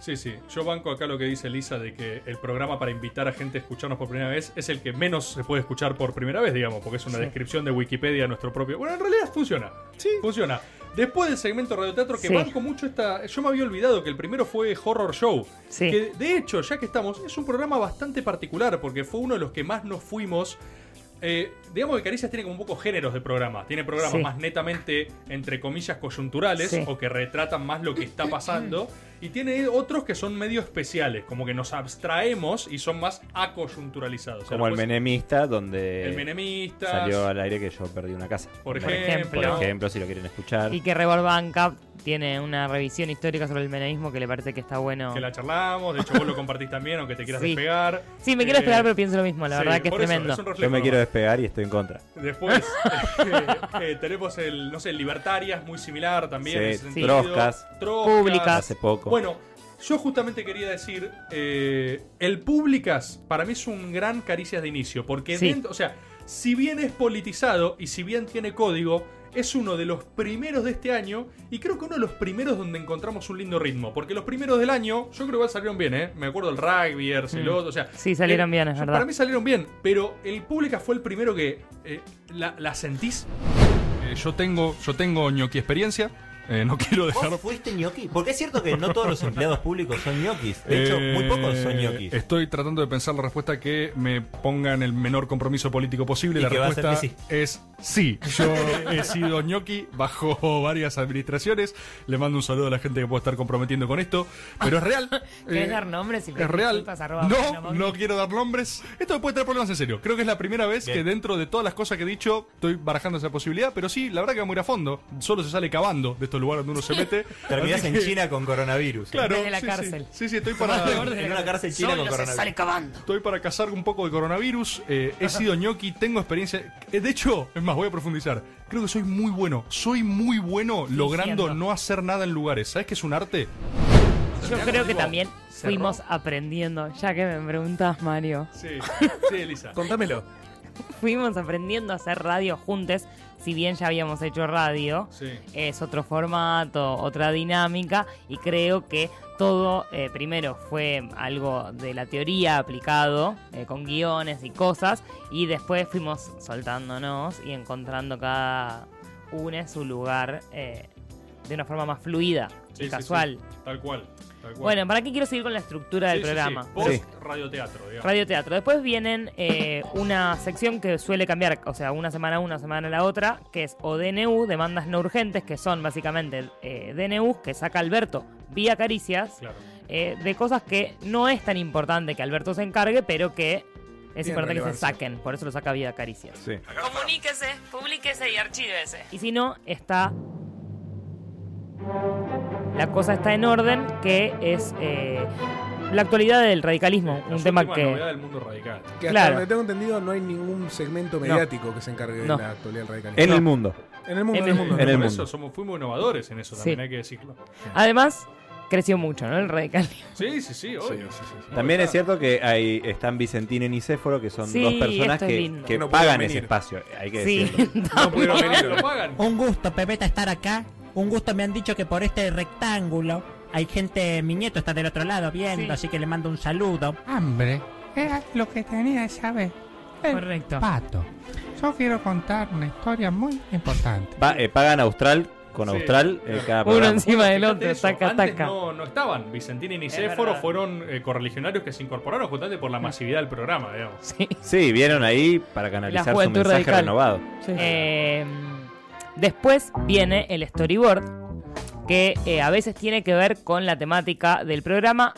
S3: Sí, sí. Yo banco acá lo que dice Lisa de que el programa para invitar a gente a escucharnos por primera vez es el que menos se puede escuchar por primera vez, digamos, porque es una
S7: Sí.
S3: descripción de Wikipedia a nuestro propio. Bueno, en realidad funciona. Sí. Funciona. Después del segmento radioteatro que
S7: Sí.
S3: banco mucho esta. Yo me había olvidado que el primero fue Horror Show.
S1: Sí.
S3: Que de hecho, ya que estamos, es un programa bastante particular porque fue uno de los que más nos fuimos. Eh, digamos que Caricias tiene como un poco géneros de programas. Tiene programas
S7: Sí.
S3: más netamente, entre comillas, coyunturales
S7: Sí.
S3: o que retratan más lo que está pasando. Y tiene otros que son medio especiales, como que nos abstraemos y son más acoyunturalizados. O sea,
S13: Como el
S3: pues,
S13: menemista, donde
S3: El Menemistas.
S13: salió al aire que yo perdí una casa.
S3: Por
S13: Por
S1: ejemplo.
S13: ejemplo, si lo quieren escuchar.
S1: Y que Revolvanca tiene una revisión histórica sobre el menemismo que le parece que está bueno.
S3: Que la charlamos, de hecho vos lo compartís también, aunque te quieras
S1: Sí.
S3: despegar.
S1: Sí, me quiero
S3: Eh,
S1: despegar, pero pienso lo mismo, la
S3: sí,
S1: verdad que es
S3: por eso,
S1: tremendo.
S3: es un reflejo
S13: Yo me quiero
S3: nomás.
S13: despegar y estoy en contra.
S3: Después eh, (laughs) eh, tenemos el, no sé, Libertarias, muy similar también.
S13: Sí,
S3: en ese
S13: sí.
S3: sentido.
S13: Troscas.
S3: Troscas.
S13: Públicas. Hace poco.
S3: Bueno, yo justamente quería decir, eh, el Públicas para mí es un gran caricias de inicio, porque
S7: Sí.
S3: dentro- o sea, si bien es politizado y si bien tiene código, es uno de los primeros de este año y creo que uno de los primeros donde encontramos un lindo ritmo, porque los primeros del año yo creo que igual salieron bien, ¿eh? Me acuerdo el rugby, el
S1: Mm.
S3: otro, o sea,
S1: Sí, salieron
S3: eh,
S1: bien, es
S3: yo-
S1: verdad.
S3: Para mí salieron bien, pero el Pública fue el primero que eh, la, la sentís.
S7: Eh, yo tengo, yo tengo ñoqui experiencia. Eh, no (laughs) quiero dejar.
S2: ¿Vos fuiste ñoqui? Porque es cierto que no todos los empleados públicos son ñoquis. De hecho, muy
S7: Eh,
S2: pocos son ñoquis.
S7: Estoy tratando de pensar la respuesta que me ponga en el menor compromiso político posible.
S2: Y
S7: la
S2: que va a ser
S7: respuesta
S2: que
S7: es sí. Yo he sido ñoqui bajo varias administraciones. Le mando un saludo a la gente que puede estar comprometiendo con esto. Pero es real.
S8: (laughs) ¿Querés
S7: Eh,
S8: dar nombres? y
S7: es real.
S8: disculpas, arroba Mariano
S7: No,
S8: Mogni?
S7: no quiero dar nombres. Esto me puede traer problemas en serio. Creo que es la primera vez que dentro de todas las cosas que he dicho estoy barajando esa posibilidad, pero sí, la verdad que vamos a ir a fondo. Solo se sale cavando de estos lugares donde uno se
S8: (laughs)
S7: mete.
S2: Terminás
S7: Así
S2: en
S7: que-
S2: China con coronavirus.
S7: Claro.
S8: Desde la
S7: sí,
S8: cárcel.
S7: Sí, sí,
S8: (laughs)
S7: sí, estoy para.
S2: En una cárcel china con coronavirus.
S8: cavando.
S7: Estoy para cazar un poco de coronavirus. eh, he sido ñoqui, tengo experiencia. eh, De hecho, es más, voy a profundizar. Creo que soy muy bueno. Soy muy bueno logrando no hacer nada en lugares. ¿Sabes que es un arte?
S1: Yo creo que también fuimos aprendiendo, ya que me preguntas, Mario.
S3: (laughs) Sí, sí, Elisa.
S5: Contámelo.
S1: Fuimos aprendiendo a hacer radio juntos, si bien ya habíamos hecho radio.
S3: Sí.
S1: Es otro formato, otra dinámica, y creo que todo eh, primero fue algo de la teoría aplicado, eh, con guiones y cosas, y después fuimos soltándonos y encontrando cada una su lugar eh, de una forma más fluida y
S3: Sí, sí,
S1: casual.
S3: sí. Tal cual. tal cual.
S1: Bueno, ¿para qué quiero seguir con la estructura del
S3: Sí, sí, sí.
S1: programa?
S3: Post radioteatro, digamos.
S1: Radioteatro. Después vienen eh, una sección que suele cambiar, o sea, una semana una, semana la otra, que es ODNU, demandas no urgentes, que son básicamente eh, DNU que saca Alberto vía caricias,
S3: Claro.
S1: eh, de cosas que no es tan importante que Alberto se encargue, pero que es
S8: Tiene
S1: importante que se
S8: relevancia.
S1: saquen, por eso lo saca vía caricias.
S13: Sí.
S8: Comuníquese, publíquese y archívese.
S1: Y si no, está. La cosa está en orden, que es eh, la actualidad del radicalismo, un tema
S3: Última
S1: que.
S3: novedad del mundo radical.
S5: Que hasta
S1: Claro.
S5: donde tengo entendido no hay ningún segmento mediático que se encargue
S1: No.
S5: de la actualidad del radicalismo.
S13: En el
S5: No.
S13: mundo.
S5: En el mundo.
S1: En
S5: En
S1: el
S5: el
S1: mundo.
S5: mundo.
S13: En el
S3: Por
S13: mundo.
S3: eso somos, fuimos innovadores en eso también,
S1: Sí.
S3: hay que decirlo.
S1: Además, creció mucho, ¿no? El radicalismo.
S3: Sí, sí, sí, obvio.
S13: También es cierto que hay, están Vicentino y Nicéforo, que son
S1: Sí,
S13: dos personas
S1: esto es
S13: que,
S1: lindo.
S13: que
S5: No
S13: pagan
S5: pudieron
S13: ese
S5: venir.
S13: espacio. Hay que
S1: Sí.
S13: decirlo.
S3: No pudieron venir,
S1: (laughs)
S3: lo pagan.
S14: Un gusto, Pepeta, estar acá. Un gusto, me han dicho que por este rectángulo hay gente, mi nieto está del otro lado viendo, así que le mando un saludo.
S1: Ah,
S15: Hambre era lo que tenía, ¿sabes? El
S8: Correcto.
S15: pato. Yo quiero contar una historia muy importante.
S13: Pa- eh, pagan Austral con
S3: Sí.
S13: Austral eh, cada
S1: Uno
S13: programa.
S1: encima del
S3: Fíjate
S1: otro,
S3: eso,
S1: taca,
S3: antes
S1: taca.
S3: No, no estaban. Vicentín y Nicéforo
S1: verdad.
S3: fueron eh, correligionarios que se incorporaron justamente
S1: Ah.
S3: por la masividad del programa, digamos.
S1: Sí.
S13: Sí, vieron ahí para canalizar su
S1: juventud
S13: mensaje
S1: radical.
S13: renovado.
S1: Eh, después viene el storyboard, que eh, a veces tiene que ver con la temática del programa,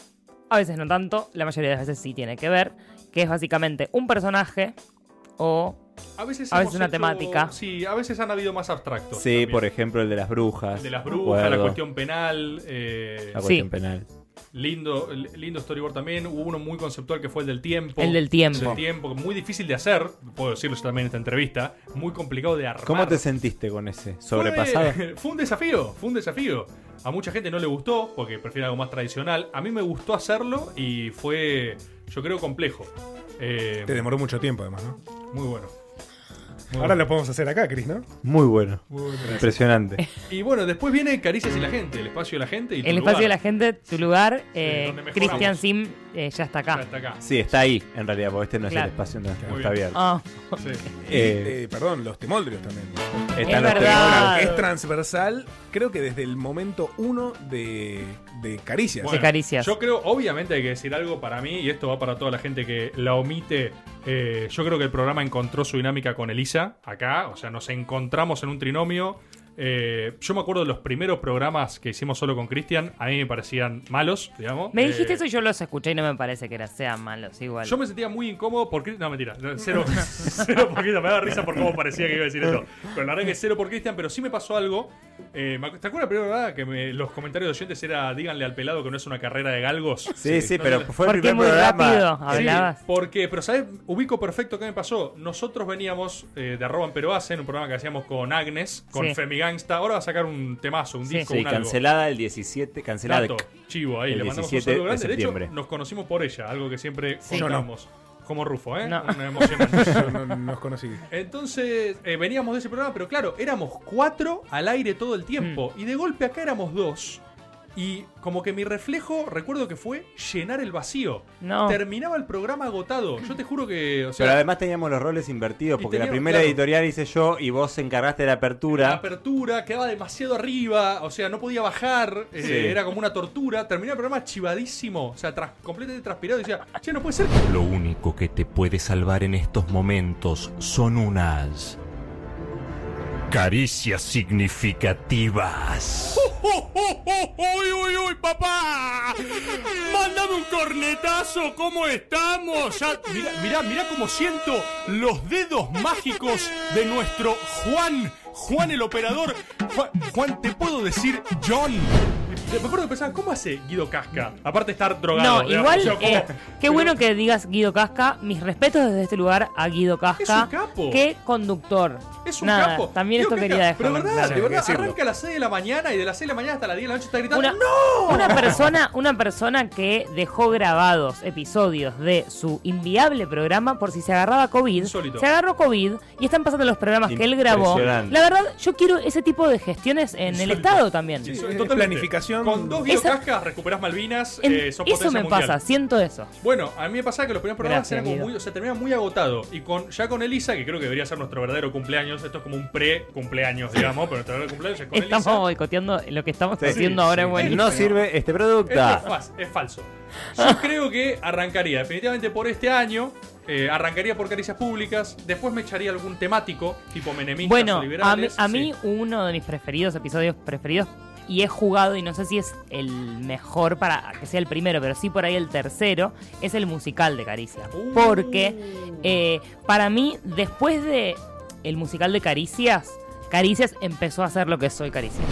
S1: a veces no tanto, la mayoría de las veces sí tiene que ver, que es básicamente un personaje o...
S3: A veces,
S1: A veces
S3: hemos
S1: Ah, una
S3: hecho-
S1: temática.
S3: Sí, a veces han habido más abstractos.
S13: Sí,
S3: también.
S13: por ejemplo, el de las brujas.
S3: El de las brujas, la
S13: Acuerdo.
S3: cuestión penal. eh,
S13: La cuestión penal.
S3: Lindo, lindo storyboard también. Hubo uno muy conceptual que fue el del tiempo.
S1: El del tiempo.
S3: El del tiempo, muy difícil de hacer. Puedo decirlo yo también en esta entrevista. Muy complicado de armar.
S13: ¿Cómo te sentiste con ese sobrepasado?
S3: (laughs) Fue, fue un desafío, fue un desafío. A mucha gente no le gustó porque prefiere algo más tradicional. A mí me gustó hacerlo y fue, yo creo, complejo. Eh,
S5: Te demoró mucho tiempo, además, ¿no?
S3: muy bueno.
S5: Ahora lo podemos hacer acá, Cris, ¿no?
S13: Muy bueno.
S5: Muy bueno.
S13: Impresionante.
S3: Y bueno, después viene Caricias y la gente, el espacio de la gente y tu
S1: El
S3: lugar.
S1: espacio de la gente, tu lugar, eh,
S3: donde mejoramos.
S1: Christian Sim eh, ya está acá.
S13: Sí, está ahí, en realidad, porque este no es
S1: Claro.
S13: el espacio, no, no
S1: Muy
S13: está
S1: bien.
S13: abierto.
S1: Ah.
S3: Sí.
S5: Y,
S13: Eh,
S5: eh, perdón, los temoldrios también.
S13: Están Es los verdad.
S5: Es transversal, creo que desde el momento uno de, de Caricias.
S3: Bueno, Yo creo, obviamente hay que decir algo para mí, y esto va para toda la gente que la omite. eh, yo creo que el programa encontró su dinámica con Elisa, acá, o sea, nos encontramos en un trinomio. Eh, yo me acuerdo de los primeros programas que hicimos solo con Cristian, a mí me parecían malos, digamos.
S1: Me
S3: Eh,
S1: dijiste eso y yo los escuché y no me parece que era- sean malos igual.
S3: Yo me sentía muy incómodo por Cristian. No, mentira. no, Cero, (laughs) cero por Cristian. Me daba risa por cómo parecía que iba a decir esto. Pero la verdad que cero por Cristian. Pero sí me pasó algo. Eh, me acu- ¿Te acuerdas la primera verdad que me- los comentarios de oyentes era díganle al pelado que no es una carrera de galgos?
S13: Sí, sí, pero
S3: No,
S13: fue el Porque primer muy programa. rápido
S3: Sí,
S13: hablabas.
S3: ¿Por qué? Eh, Pero ¿sabes? Ubico perfecto qué me pasó. Nosotros veníamos eh, de Arroba pero hacen un programa que hacíamos con Agnes, con
S13: Sí.
S3: Femi Gangsta. Ahora va a sacar un temazo, un disco,
S13: Sí,
S3: un algo.
S13: cancelada el 17, cancelada
S3: Dato, chivo, ahí
S13: el
S3: le mandamos un
S13: 17
S3: saludo
S13: de
S3: grande. De, hecho,
S13: septiembre.
S3: nos conocimos por ella, algo que siempre
S5: Sí. Yo no.
S3: contamos. Como Rufo, ¿eh?
S5: No.
S3: Una emocionante.
S5: Yo no- no los conocí.
S3: Entonces, eh, veníamos de ese programa, pero claro, éramos cuatro al aire todo el tiempo. Y de golpe acá éramos dos. Y como que mi reflejo, recuerdo que fue llenar el vacío.
S1: No.
S3: Terminaba el programa agotado. Yo te juro que. O sea,
S13: Pero además teníamos los roles invertidos,
S3: Y
S13: porque la
S3: teníamos-
S13: primera
S3: claro.
S13: editorial hice yo y vos encargaste de la apertura.
S3: La apertura quedaba demasiado arriba, o sea, no podía bajar, eh,
S13: Sí.
S3: era como una tortura. Terminaba el programa chivadísimo, o sea, tras- completamente transpirado. Y decía, che, no puede ser.
S16: Lo único que te puede salvar en estos momentos son unas caricias significativas.
S9: ¡Uy, uy, uy, papá! ¡Ah! ¡Mándame un cornetazo! ¿Cómo estamos? Ya, mirá, mirá, mirá cómo siento los dedos mágicos de nuestro Juan. Juan el operador. Juan, Juan, te puedo decir John.
S3: Me acuerdo que pensaba, ¿cómo hace Guido Casca? Aparte de estar
S1: No,
S3: drogado. digamos,
S1: igual,
S3: o sea, como-
S1: eh, qué bueno que digas Guido Casca. Mis respetos desde este lugar a Guido Casca.
S3: Es un capo.
S1: Qué conductor.
S3: Es un
S1: Nada,
S3: capo.
S1: También
S3: Digo,
S1: esto
S3: Casca,
S1: quería dejar.
S3: Pero verdad, de verdad,
S1: claro.
S3: arranca a las 6 de la mañana y de las 6 de la mañana hasta las 10 de la noche está gritando.
S1: Una,
S3: ¡No!
S1: una persona, una persona que dejó grabados episodios de su inviable programa por si se agarraba COVID.
S3: Insólito.
S1: Se agarró COVID y están pasando los programas que él grabó.
S3: Impresionante.
S1: La verdad, yo quiero ese tipo de gestiones en el Estado también.
S3: Sí, totalmente. Con dos
S1: Esa-
S3: videocascas recuperás Malvinas,
S1: en-
S3: eh, sos
S1: eso
S3: potencia
S1: me
S3: mundial.
S1: pasa, siento eso.
S3: Bueno, a mí me pasaba que los primeros programas
S1: Gracias,
S3: eran como
S1: Guido.
S3: muy, o sea, terminaban muy agotado. Y con, ya con Elisa, que creo que debería ser nuestro verdadero cumpleaños, esto es como un pre-cumpleaños, digamos, pero nuestro verdadero cumpleaños ya con
S1: Estamos
S3: Elisa.
S1: boicoteando lo que estamos
S13: Sí,
S1: haciendo
S13: sí,
S1: ahora
S13: sí.
S1: en Buenos
S13: No
S1: Aires.
S13: sirve este
S3: Esto es,
S13: producto.
S3: fas- es falso. Yo creo que arrancaría definitivamente por este año. eh, arrancaría por caricias públicas. Después me echaría algún temático, tipo menemistas o
S1: Bueno, a mí,
S3: liberales.
S1: a
S3: sí.
S1: mí uno de mis preferidos, episodios preferidos, y he jugado, y no sé si es el mejor para que sea el primero, pero sí por ahí el tercero, es el musical de Caricia.
S3: Uh.
S1: Porque eh, para mí, después de el musical de Caricias, Caricias empezó a ser lo que soy Caricias.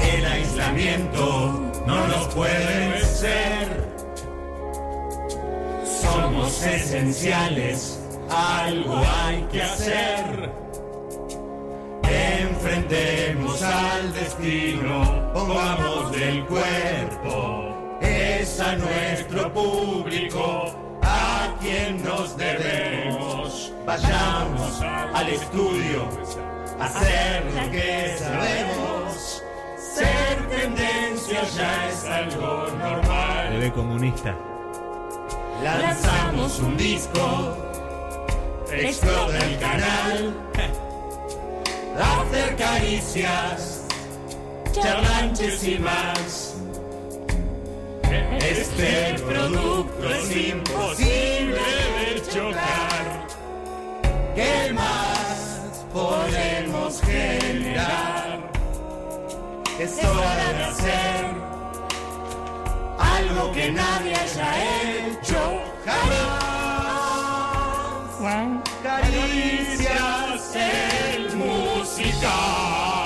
S9: El aislamiento no nos puede vencer. Somos esenciales, algo hay que hacer. Enfrentemos al destino, pongamos del cuerpo. Es a nuestro público a quien nos debemos. Vayamos al estudio, a hacer lo que sabemos. Ser tendencia ya es algo normal.
S13: Este
S2: Bebé comunista.
S9: Lanzamos un disco, explota el canal. Hacer caricias, charlanches y más. Este producto es imposible de chocar. ¿Qué más podemos generar? Es hora de hacer algo que nadie haya hecho jamás. Caricias el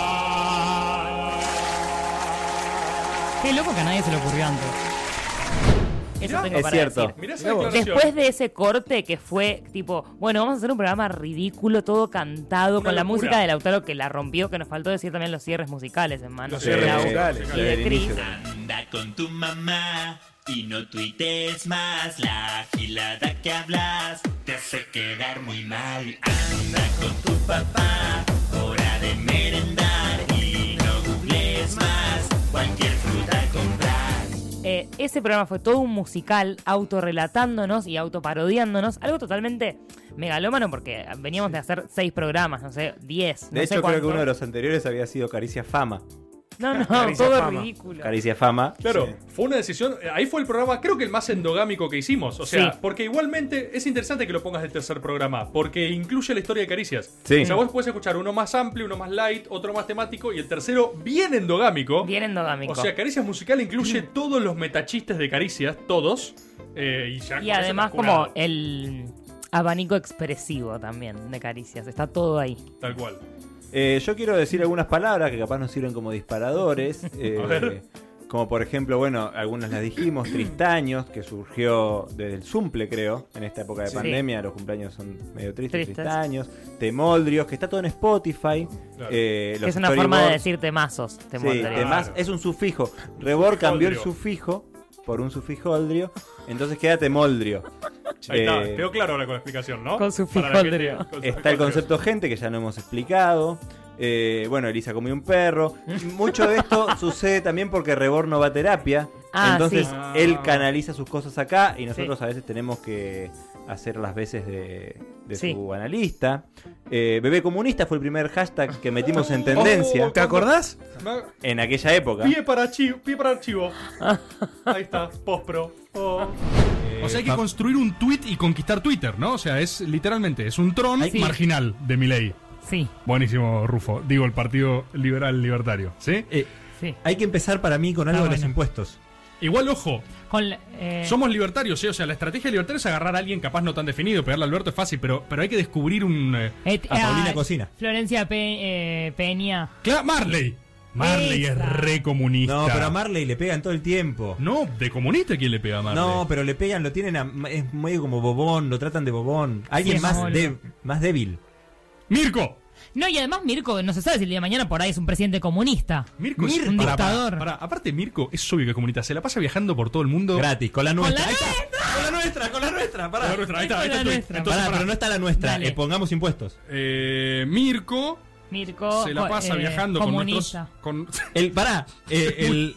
S9: musical.
S8: Qué loco que a nadie se le ocurrió antes.
S1: Eso tengo para decir. Después de ese corte que fue tipo, bueno, vamos a hacer un programa ridículo, todo cantado, con la
S8: locura.
S1: música de Lautaro que la rompió, que nos faltó decir también los cierres musicales, hermano.
S5: Los cierres
S1: Lau
S5: musicales.
S1: Y de Cris.
S9: Anda con tu mamá
S17: Y no tuites más la gilada que hablas, te hace quedar muy mal. Anda con tu papá, hora de merendar. Y no googles más, cualquier fruta comprar.
S5: Eh, ese programa fue todo un musical, autorrelatándonos y autoparodiándonos, algo totalmente megalómano porque veníamos de hacer seis programas, no sé, diez.
S2: De
S5: no sé
S2: hecho, creo que
S5: cuánto.
S2: uno de los anteriores había sido Caricia Fama.
S5: No, no,
S2: Caricia
S5: todo
S2: Fama.
S5: ridículo.
S2: Caricia Fama.
S18: Claro, fue una decisión. eh, Ahí fue el programa, creo que el más endogámico que hicimos. O sea,
S2: Sí.
S18: porque igualmente es interesante que lo pongas del tercer programa, porque incluye la historia de caricias.
S2: Sí.
S18: O sea, vos puedes escuchar uno más amplio, uno más light, otro más temático y el tercero bien endogámico.
S5: Bien endogámico. Mm.
S18: O sea, Caricias Musical incluye todos los metachistes de Caricias, todos. eh, y ya con
S5: Y
S18: eso
S5: además
S18: estás curado.
S5: como eh, el abanico expresivo también de caricias, está todo ahí.
S18: Tal cual.
S2: Eh, yo quiero decir algunas palabras que capaz nos sirven como
S5: (laughs)
S2: disparadores. eh,
S18: A ver.
S2: Como por ejemplo, bueno, algunas las dijimos, Tristaños, que surgió desde el Zumple, creo, en esta época de
S5: Sí.
S2: pandemia, los cumpleaños son medio tristes,
S5: Tristes.
S2: Tristaños, Temoldrios, que está todo en Spotify. eh,
S5: Que
S2: los
S5: es una forma de
S2: storyboards.
S5: decir temazos.
S2: Sí,
S5: temoldrios.
S2: temas- es un sufijo. Rebor cambió el
S5: Oldrio.
S2: sufijo por un sufijo oldrio, entonces queda temoldrio.
S18: Ahí está,
S2: Eh,
S18: quedó claro ahora con la explicación, ¿no?
S5: Con su
S18: Para la gente-
S5: frijolero.
S18: con su
S2: Está el
S18: frijolero.
S2: concepto gente que ya no hemos explicado. Eh, bueno, Elisa comió un perro. Mucho de (laughs) esto sucede también porque Rebor no va a terapia.
S5: Ah,
S2: entonces
S5: sí.
S2: él canaliza sus cosas acá y nosotros
S5: Sí.
S2: a veces tenemos que hacer las veces de, de
S5: Sí.
S2: su analista. Eh, Bebé comunista fue el primer hashtag que metimos en tendencia.
S18: Oh, ¿te acordás?
S2: En aquella época.
S18: Pie para archivo. Pie para
S5: (laughs)
S18: archivo. Ahí está, postpro. Oh.
S2: Eh,
S3: O sea, hay que construir un tweet y conquistar Twitter, ¿no? O sea, es literalmente, es un tron
S18: Sí.
S3: marginal de mi ley.
S5: Sí.
S3: Buenísimo, Rufo. Digo, el Partido Liberal Libertario. ¿Sí?
S2: eh, Hay que empezar para mí con algo
S3: de
S2: los impuestos.
S3: Igual, ojo.
S1: Con la- eh,
S3: Somos libertarios, ¿eh? o sea, la estrategia libertaria es agarrar a alguien capaz no tan definido. Pegarle a Alberto es fácil, pero, pero hay que descubrir un. eh,
S1: eh, ah, Florencia Pe- eh, Peña.
S3: Cla- Marley. Marley es re comunista.
S19: No, pero a Marley le pegan todo el tiempo.
S3: No, de comunista quién le pega a Marley.
S19: No, pero le pegan, lo tienen a- es medio como bobón, lo tratan de bobón. Alguien
S1: es
S19: más,
S1: boludo.
S19: de- más débil.
S3: ¡Mirko!
S1: No, y además Mirko, no se sabe si el día de mañana por ahí es un presidente comunista.
S3: Mirko, es
S1: un
S3: pará, pará,
S1: dictador.
S3: pará. aparte, Mirko es obvio que es comunista. Se la pasa viajando por todo el mundo.
S19: Gratis, con la
S3: Con la
S19: nuestra. Ahí está. Con la nuestra, con la nuestra, pará.
S3: Con la nuestra, ahí está, ahí está el tweet. Entonces,
S19: Pará,
S3: pará.
S19: pero no está la nuestra.
S3: Dale.
S19: eh, pongamos impuestos.
S3: Eh, Mirko
S1: Mirko,
S3: se la pasa
S1: eh,
S3: viajando
S1: comunista.
S3: con nuestros.
S1: (laughs)
S3: Con...
S19: El, pará, eh, el,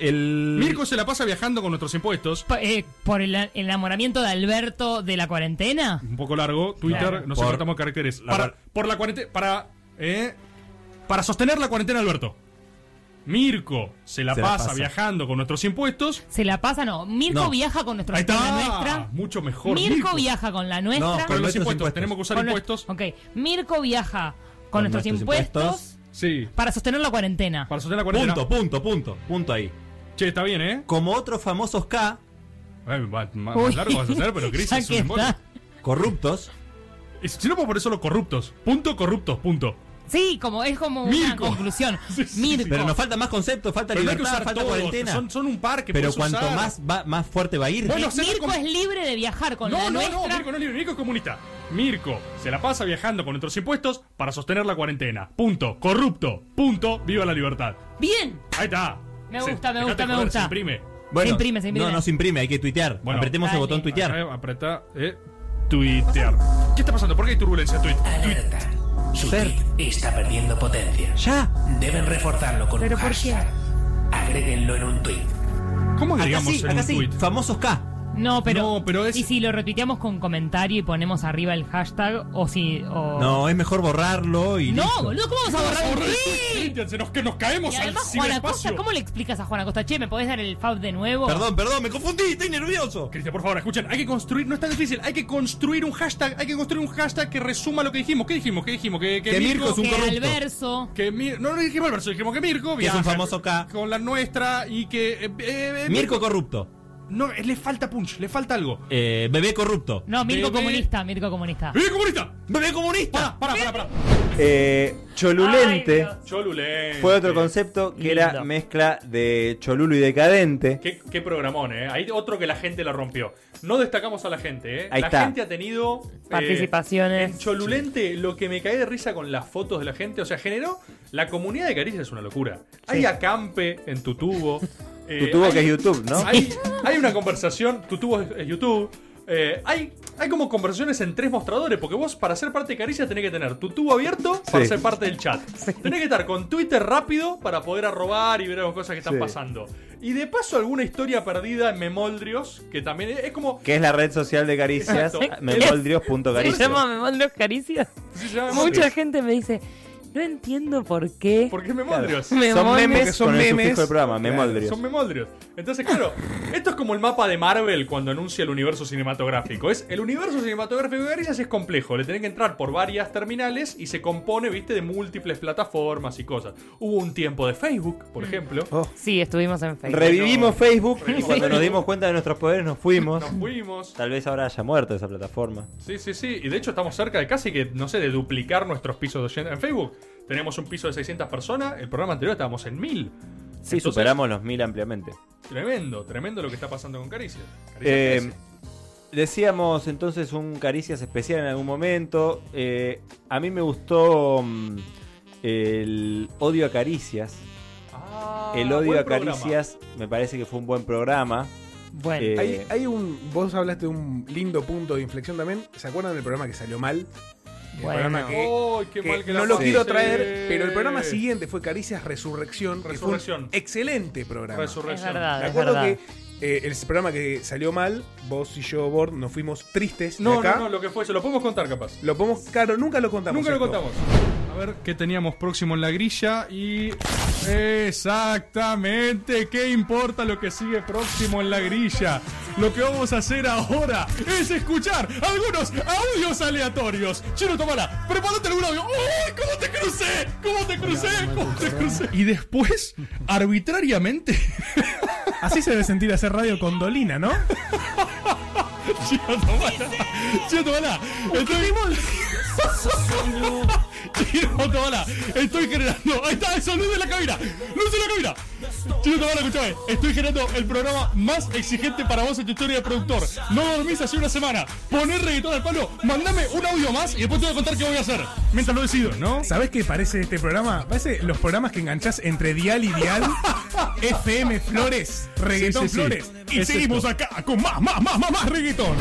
S19: el.
S3: Mirko se la pasa viajando con nuestros impuestos.
S1: Pa- eh, por el el enamoramiento de Alberto de la cuarentena.
S3: Un poco largo, Twitter,
S1: Claro.
S3: no sé
S1: Por-
S3: cuántos caracteres. para, por la cuarentena. Para. eh, para sostener la cuarentena, Alberto. Mirko se la,
S19: Se la
S3: pasa,
S19: pasa.
S3: viajando con nuestros impuestos.
S1: Se la pasa, no. Mirko
S3: No.
S1: viaja con nuestro
S3: Ahí está.
S1: con la nuestra.
S3: Mucho mejor.
S1: Mirko, viaja con la nuestra.
S3: No, con los impuestos. Tenemos que usar
S1: Con nuestro-
S3: impuestos.
S1: Ok. Mirko viaja con, nuestros, impuestos,
S3: Sí.
S1: para sostener la cuarentena.
S3: Para sostener la cuarentena.
S19: Punto, punto, punto. Punto ahí.
S3: Che, está bien, ¿eh?
S19: Como otros famosos K.
S3: más, más largo vas a hacer,
S1: (laughs)
S3: pero Cris es un embole.
S19: Corruptos.
S3: Y si no puedo poner solo corruptos. Punto corruptos, punto.
S1: Sí, como, es como una
S3: Mirko. (laughs)
S1: conclusión. Mirko.
S19: Pero nos faltan más conceptos, falta
S3: Pero no hay que
S19: libertad,
S3: usar
S19: falta
S3: todos,
S19: cuarentena.
S3: son- son un par que
S19: Pero
S3: podés
S19: cuanto
S3: usar.
S19: más va, más fuerte va a ir.
S3: Bueno, se-
S1: Mirko es libre de viajar con
S3: no,
S1: la
S3: no, no,
S1: nuestra.
S3: Mirko no es libre, Mirko es comunista. Mirko se la pasa viajando con nuestros impuestos para sostener la cuarentena. Punto. Corrupto. Punto. Viva la libertad.
S1: Bien.
S3: Ahí está.
S1: Me
S3: Se-
S1: gusta, me
S3: dejate
S1: gusta, me
S3: joder,
S1: gusta.
S3: Se imprime.
S19: Bueno, No, no se imprime, hay que tuitear.
S3: Bueno,
S19: Apretemos el botón tuitear.
S3: Acá Apretá, eh, tuitear. ¿Qué está pasando? ¿Por qué hay turbulencia? Tuit.
S14: Alerta. Su tweet está perdiendo potencia.
S19: Ya.
S14: Deben reforzarlo con
S1: ¿Pero
S14: un
S1: por qué?
S14: hashtag. Agréguenlo en un tweet.
S3: ¿Cómo
S19: Acá
S3: agregamos
S19: sí,
S3: en
S19: acá
S3: un
S19: sí,
S3: tuit?
S19: Famosos K.
S1: No, pero, y si lo retuiteamos con comentario y ponemos arriba el hashtag o si
S3: Oh.
S1: o-
S19: No, es mejor borrarlo y
S1: No,
S19: listo.
S1: boludo, ¿cómo vamos a borrar un tweet?
S3: Se nos, que nos caemos
S1: Y
S3: al
S1: además Juana Costa,
S3: ciberespacio.
S1: ¿cómo le explicas a Juana Costa? Che, ¿me podés dar el fab de nuevo?
S19: Perdón, perdón, me confundí, estoy nervioso.
S3: Cristian, por favor, escuchen, hay que construir, no es tan difícil, hay que construir un hashtag, hay que construir un hashtag que resuma lo que dijimos. ¿Qué dijimos? ¿Qué dijimos? Que,
S19: Que Mirko es un Que corrupto.
S1: Alverso.
S3: Que Mir- no, no dijimos Alverso, dijimos que Mirko
S19: Que es un
S3: viaja
S19: famoso K.
S3: con la nuestra y que... eh, eh, eh,
S19: Mirko corrupto.
S3: No, eh, le falta punch, le falta algo.
S19: Eh, bebé corrupto.
S1: No, Mirko
S3: Bebé-
S1: comunista, Mirko comunista.
S3: ¡Bebé ¡Eh, comunista!
S19: ¡Bebé comunista!
S3: Pará, pará, pará.
S2: Eh, Cholulente
S19: Eh,
S3: Cholulente.
S2: fue otro concepto que era
S3: Lindo.
S2: mezcla de Cholulo y Decadente.
S3: Qué, qué programón, ¿eh? Hay otro que la gente la rompió. No destacamos a la gente, ¿eh?
S2: Ahí
S3: la
S2: está.
S3: gente ha tenido... eh,
S5: Participaciones.
S3: en Cholulente, lo que me cae de risa con las fotos de
S19: (laughs)
S3: la gente, o sea, generó... La comunidad de Caricias es una locura. Hay acampe en tu tubo. Eh,
S13: Tutubo,
S3: hay-
S13: que es YouTube, ¿no?
S3: Hay, hay una conversación, Tutubo es, es YouTube. eh, hay, hay como conversaciones en tres mostradores, porque vos para ser parte de Caricia tenés que tener tu tubo abierto para
S13: Sí.
S3: ser parte del chat. Tenés que estar con Twitter rápido para poder arrobar y ver las cosas que están
S13: Sí.
S3: pasando. Y de paso alguna historia perdida en Memoldrios, que también es, es como...
S13: Que es la red social de Caricias, (laughs)
S3: Exacto.
S1: Se
S13: memoldrios.caricias.
S1: llama Memondrios Caricias.
S3: Sí, se llama
S1: Mucha
S3: Memondrios.
S1: gente me dice, no entiendo por qué. ¿Por
S3: qué Memondrios?
S1: Memondrios?
S13: Son memes
S1: son
S13: con el
S1: memes.
S13: sufijo del programa, memoldrios.
S3: Son memoldrios. Entonces, claro, esto es como el mapa de Marvel cuando anuncia el universo cinematográfico. Es el universo cinematográfico de Caricias es complejo. Le tenés que entrar por varias terminales y se compone, viste, de múltiples plataformas y cosas. Hubo un tiempo de Facebook, por ejemplo.
S1: Sí, estuvimos en Facebook.
S13: Revivimos Facebook y
S3: Revivimos
S13: cuando nos
S3: Facebook.
S13: dimos cuenta de nuestros poderes nos fuimos.
S3: Nos fuimos.
S13: Tal vez ahora haya muerto esa plataforma.
S3: Sí, sí, sí. Y de hecho estamos cerca de casi que, no sé, de duplicar nuestros pisos de oyentes en Facebook. Tenemos un piso de 600 personas. El programa anterior estábamos en 1000.
S13: Sí,
S3: Entonces,
S13: superamos los mil ampliamente.
S3: Tremendo, tremendo lo que está pasando con Caricias. Caricias
S13: Eh,
S3: crece.
S13: decíamos entonces un Caricias especial en algún momento. Eh, a mí me gustó mm, el Odio a Caricias.
S3: Ah,
S13: el Odio
S5: Ah, buen
S13: a Caricias me parece que fue un buen programa. Eh,
S5: hay, hay un. Vos hablaste de un lindo punto de inflexión también. ¿Se acuerdan del programa que salió mal? El
S3: Bueno.
S5: programa que,
S3: ¡Ay, qué mal que la
S5: no lo
S3: pasé!
S5: quiero traer, pero el programa siguiente fue Caricias Resurrección. que fue un
S3: Resurrección.
S5: excelente programa.
S3: Resurrección. Es verdad,
S5: Me
S3: Ah, es
S5: acuerdo
S3: verdad.
S5: que eh, el programa que salió mal, vos y yo, Bord, nos fuimos tristes. de
S3: No,
S5: acá.
S3: no, no, lo que fue eso. Lo podemos contar capaz.
S5: Lo podemos. Claro, nunca lo contamos.
S3: Nunca lo
S5: esto.
S3: contamos.
S9: A ver qué teníamos próximo en la grilla y. Exactamente, ¿qué importa lo que sigue próximo en la grilla? Lo que vamos a hacer ahora es escuchar algunos audios aleatorios. Chino, tomala, prepárate algún audio. ¡Uy, cómo te crucé! ¿Cómo te crucé? ¿Cómo te crucé? Y después, arbitrariamente.
S6: Así se debe sentir hacer radio con Dolina,
S9: (laughs)
S6: ¿no?
S9: Chino, tomala. Chino, tomala. (laughs) Chino, Tomala, estoy generando. Ahí está, eso, luz de la cabina. Luz de la cabina. Chino Tomala, escúchame. Estoy generando el programa más exigente para vos en tu historia de productor. No dormís hace una semana. Poner reggaetón al palo. Mandame un audio más y después te voy a contar qué voy a hacer. Mientras lo decido, ¿no?
S6: ¿Sabés qué parece este programa? Parece los programas que enganchás entre Dial y
S5: (laughs)
S6: Dial. FM Flores, Reggaetón
S9: Sí, sí, sí.
S6: Flores.
S9: Y
S6: Es
S9: seguimos
S6: esto.
S9: acá con más, más, más, más, más reggaetón.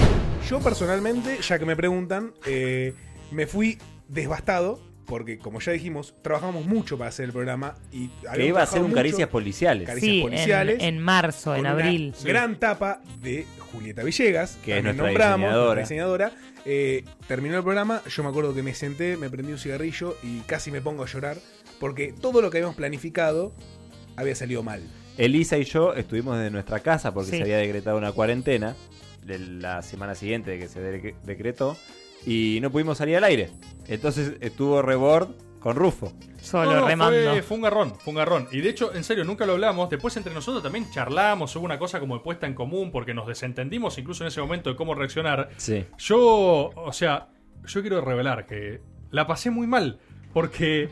S5: Yo personalmente, ya que me preguntan, eh, me fui devastado porque, como ya dijimos, trabajamos mucho para hacer el programa y
S13: Que iba
S5: habíamos
S13: a ser
S5: trabajado
S13: un
S5: mucho
S13: Caricias Policiales.
S5: Caricias
S1: Sí, en-
S5: policiales.
S1: en marzo, en
S5: con una
S1: abril. Sí.
S5: Gran tapa de Julieta Villegas,
S13: Que es
S5: también
S13: nuestra
S5: nuestra
S13: diseñadora.
S5: diseñadora. Eh, terminó el programa, yo me acuerdo que me senté, me prendí un cigarrillo y casi me pongo a llorar porque todo lo que habíamos planificado había salido mal.
S13: Elisa y yo estuvimos desde nuestra casa porque
S5: Sí.
S13: se había decretado una cuarentena de la semana siguiente de que se de- decretó y no pudimos salir al aire. Entonces estuvo Rebord con Rufo.
S1: Solo
S3: No, no, Fue, fue un garrón, fue un garrón. Y de hecho, en serio, nunca lo hablamos. Después entre nosotros también charlamos, hubo una cosa como de puesta en común, porque nos desentendimos incluso en ese momento de cómo reaccionar.
S13: Sí.
S3: Yo, o sea, yo quiero revelar que la pasé muy mal, porque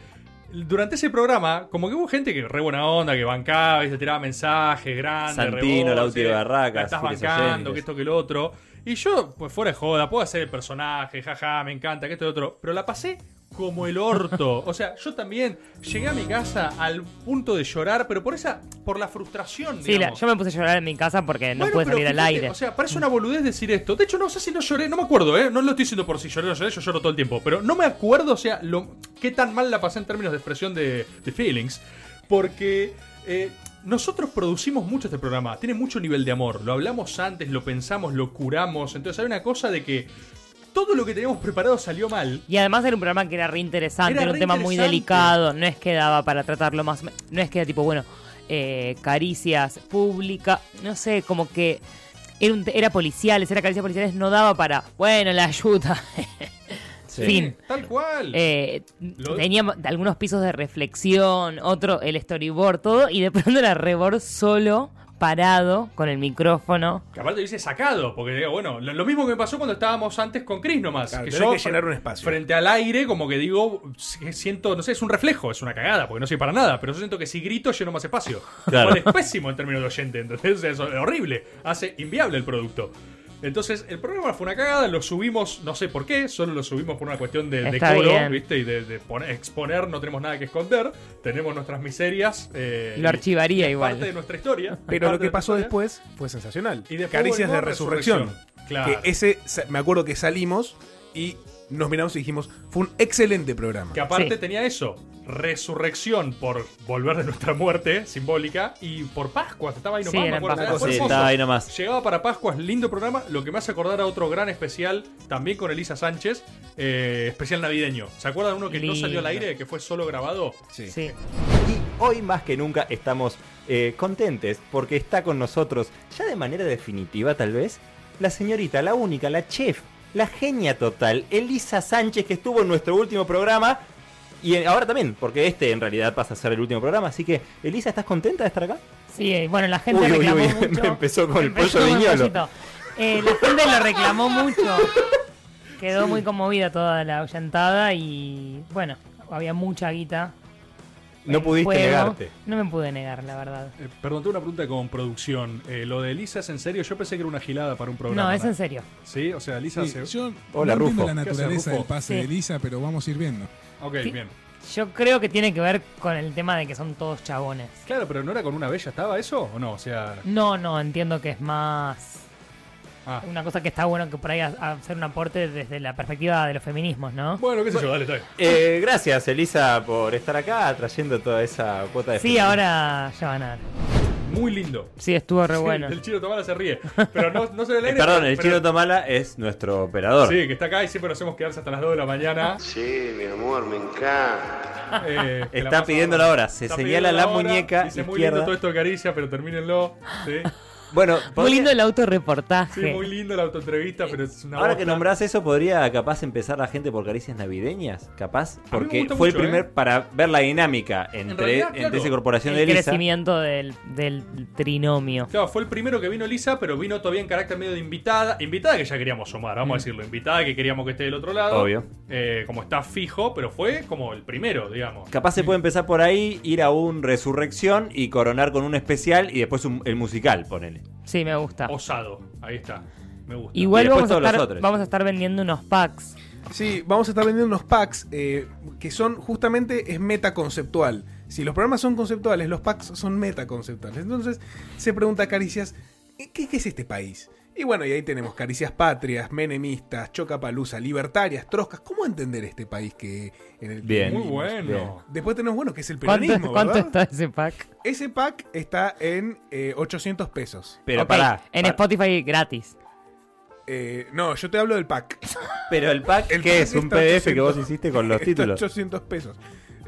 S3: durante ese programa, como que hubo gente que re buena onda, que bancaba y se tiraba mensajes grandes.
S13: Santino,
S3: rebotes,
S13: Lauti de Barracas,
S3: la estás
S13: fieles
S3: bancando,
S13: oyentes.
S3: que esto que lo otro. Y yo, pues fuera de joda, puedo hacer el personaje, jaja, me encanta, que esto y lo otro. Pero la pasé como el orto. O sea, yo también llegué a mi casa al punto de llorar, pero por esa, por la frustración,
S1: Sí, la-
S3: digamos.
S1: yo me puse a llorar en mi casa porque no
S3: Bueno,
S1: pude
S3: pero
S1: salir al
S3: fíjate,
S1: aire.
S3: O sea, parece una boludez decir esto. De hecho, no sé si no lloré, no me acuerdo, ¿eh? No lo estoy diciendo por si lloré o no lloré, yo lloro todo el tiempo. Pero no me acuerdo, o sea, lo, qué tan mal la pasé en términos de expresión de, de feelings. Porque eh, nosotros producimos mucho este programa, tiene mucho nivel de amor. Lo hablamos antes, lo pensamos, lo curamos. Entonces hay una cosa de que todo lo que teníamos preparado salió mal.
S1: Y además era un programa que era reinteresante,
S3: Era
S1: era, un tema muy
S3: reinteresante.
S1: delicado, no es que daba para tratarlo más, no es que era tipo, bueno, eh, caricias públicas, no sé, como que era, un te- era policiales, era caricias policiales, no daba para, bueno, la ayuda. (laughs) Fin.
S3: Tal cual.
S1: Eh,
S3: Lo-
S1: teníamos algunos pisos de reflexión, otro, el storyboard, todo, y de pronto era rebord solo, parado, con el micrófono.
S3: Que aparte dice sacado, porque digo, bueno, lo, lo mismo que me pasó cuando estábamos antes con Chris nomás.
S5: Claro,
S3: que
S5: tenés
S3: yo,
S5: que llenar un espacio.
S3: Frente al aire, como que digo, si- siento, no sé, es un reflejo, es una cagada, porque no soy para nada, pero yo siento que si grito lleno más
S5: (laughs)
S3: espacio.
S13: Claro.
S3: Lo cual es pésimo en términos de oyente, ¿entendés? O sea, es horrible, hace inviable el producto. Entonces, el programa fue una cagada, lo subimos, no sé por qué, solo lo subimos por una cuestión de
S9: Está
S3: decoro,
S9: bien.
S3: ¿viste? Y de, de poner- exponer, no tenemos nada que esconder, tenemos nuestras miserias. eh,
S1: Lo
S3: y-
S1: archivaría
S3: y es
S1: igual.
S3: Parte de nuestra historia.
S5: Pero lo
S3: parte
S5: que
S3: de
S5: pasó
S3: nuestra historia.
S5: después fue sensacional.
S3: Y después
S5: Caricias de
S3: volvió Resurrección.
S5: Resurrección.
S3: Claro.
S5: Que ese, sa- me acuerdo que salimos y nos miramos y dijimos, fue un excelente programa.
S3: Que aparte tenía eso, resurrección por volver de nuestra muerte simbólica y por Pascuas, estaba ahí
S13: Sí,
S3: nomás, me
S13: era en
S3: acuerdo,
S13: Pascuas.
S3: fue
S13: Sí,
S3: hermoso.
S13: estaba ahí nomás.
S3: Llegaba para Pascuas, lindo programa, lo que me hace acordar a otro gran especial, también con Elisa Sánchez, eh, especial navideño. ¿Se acuerdan uno que no salió al
S2: Lindo.
S3: aire, que fue solo grabado?
S1: Sí.
S2: Hoy más que nunca estamos eh, contentes porque está con nosotros, ya de manera definitiva tal vez, la señorita, la única, la chef, la genia total, Elisa Sánchez, que estuvo en nuestro último programa. Y eh, ahora también, porque este en realidad pasa a ser el último programa. Así que, Elisa, ¿estás contenta de estar acá?
S1: Sí, eh, bueno, la gente
S2: Uy, uy,
S1: reclamó
S2: uy, (laughs)
S1: mucho.
S2: me empezó con el pollo
S1: Con el
S2: viñolo.
S1: pollito. Eh, la gente lo reclamó mucho. Quedó muy conmovida toda la ahuyentada y bueno, había mucha guita.
S2: No pudiste
S1: Juego.
S2: negarte.
S1: No me pude negar, la verdad.
S3: Eh, perdón, tengo una pregunta con producción. Eh, lo de Elisa es en serio, yo pensé que era una gilada para un programa.
S1: No, es en serio.
S3: Sí, o sea, Elisa
S6: Sí,
S3: se...
S6: yo no entiendo la naturaleza del pase de Lisa, pero vamos a ir viendo.
S3: Ok,
S1: Sí.
S3: bien.
S1: Yo creo que tiene que ver con el tema de que son todos chabones.
S3: Claro, pero ¿no era con una bella estaba eso o no? O sea...
S1: No, no, entiendo que es más.
S3: Ah.
S1: Una cosa que está bueno que por ahí ha- hacer un aporte desde la perspectiva de los feminismos, ¿no?
S3: Bueno, qué sé yo, dale, está bien.
S2: Eh, gracias, Elisa, por estar acá trayendo toda esa cuota de
S1: Sí,
S2: feminismo.
S1: ahora ya van a ver.
S3: Muy lindo.
S1: Sí, estuvo re bueno.
S3: El chino Tomala se ríe. Pero no, no se ve
S13: (laughs)
S3: el
S13: Eh,
S3: aire.
S13: perdón,
S3: pero-
S13: el
S3: pero-
S13: Chino Tomala es nuestro operador.
S3: Sí, que está acá y siempre nos hacemos quedarse hasta las 2 de la mañana.
S20: Sí, mi amor, me encanta.
S3: Eh, que la
S13: Está
S3: pasa-
S13: pidiendo la hora, se
S3: está
S13: señala
S3: pidiendo
S13: la
S3: hora,
S13: muñeca
S3: Dice muy
S13: izquierda.
S3: lindo todo esto de caricia, pero termínenlo. Sí,
S13: Bueno,
S1: Muy
S13: podría-
S1: lindo el autorreportaje.
S3: Sí, muy lindo la autoentrevista, pero es una
S13: ahora
S3: bosta.
S13: que nombrás eso, podría capaz empezar la gente por caricias navideñas, capaz, porque
S3: gusta
S13: fue el
S3: mucho,
S13: primer para ver la dinámica entre,
S3: realidad,
S13: entre
S3: claro.
S13: esa corporación
S1: el
S13: de Elisa.
S1: crecimiento del, del trinomio.
S3: Claro, fue el primero que vino Lisa, pero vino todavía en carácter medio de invitada. Invitada que ya queríamos sumar, vamos a decirlo. Invitada que queríamos que esté del otro lado.
S13: Mm. Obvio.
S3: Eh, como está fijo, pero fue como el primero, digamos.
S13: Capaz se puede empezar por ahí, ir a un resurrección y coronar con un especial y después un- el musical, ponele.
S1: Sí, me gusta.
S3: Osado. Ahí está. Me gusta.
S1: Igual
S13: Y después
S1: vamos a,
S13: todos los
S1: estar,
S13: otros.
S1: vamos a estar vendiendo unos packs.
S5: Sí, vamos a estar vendiendo unos packs eh, que son justamente es meta conceptual. Si los programas son conceptuales, los packs son meta conceptuales. Entonces se pregunta Caricias, ¿qué, qué es este país? Y bueno, y ahí tenemos caricias patrias, menemistas, chocapaluza, libertarias, troscas. ¿Cómo entender este país que en el que
S13: Bien.
S5: vivimos?
S13: Muy bueno. Bien.
S5: Después tenemos bueno que es el
S1: ¿Cuánto,
S5: peronismo,
S1: cuánto
S5: ¿verdad?
S1: está ese pack?
S5: Ese pack está en eh, 800 pesos.
S1: Ok, En Spotify gratis.
S5: Eh, no, yo te hablo del pack.
S13: Pero el pack, ¿qué es?
S5: está
S13: ¿Un PDF que vos hiciste con los
S5: (laughs) está
S13: títulos?
S5: 800 pesos.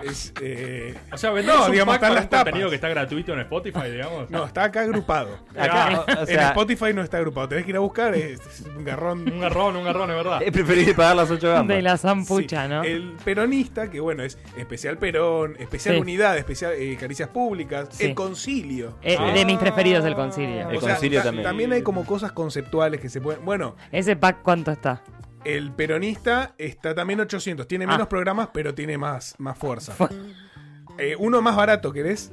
S5: Es, eh,
S3: O sea, vendemos
S5: no,
S3: un
S5: digamos,
S3: pack
S5: están
S3: para
S5: las
S3: un contenido
S5: tapas.
S3: que está gratuito en Spotify, digamos.
S5: No, está
S1: (laughs)
S5: acá agrupado.
S13: Acá,
S5: Ah,
S13: o
S5: en
S13: sea-
S5: Spotify no está agrupado. Tenés que ir a buscar. Es, es un garrón.
S3: Un garrón, un garrón, es verdad.
S13: Es preferible eh, pagar las 8 gambas.
S1: De la zampucha, ¿no?
S5: El peronista, que bueno, es especial Perón, especial
S1: Sí.
S5: unidad, especial eh, caricias públicas,
S1: Sí.
S5: el concilio.
S1: Eh, De mis preferidos, el concilio.
S5: O sea, ta- También hay como cosas conceptuales que se pueden. Bueno,
S1: ¿Ese pack cuánto está?
S5: el peronista está también 800. Tiene
S1: Ah.
S5: menos programas, pero tiene más, más fuerza.
S1: Fu-
S5: Eh, uno más barato, ¿querés?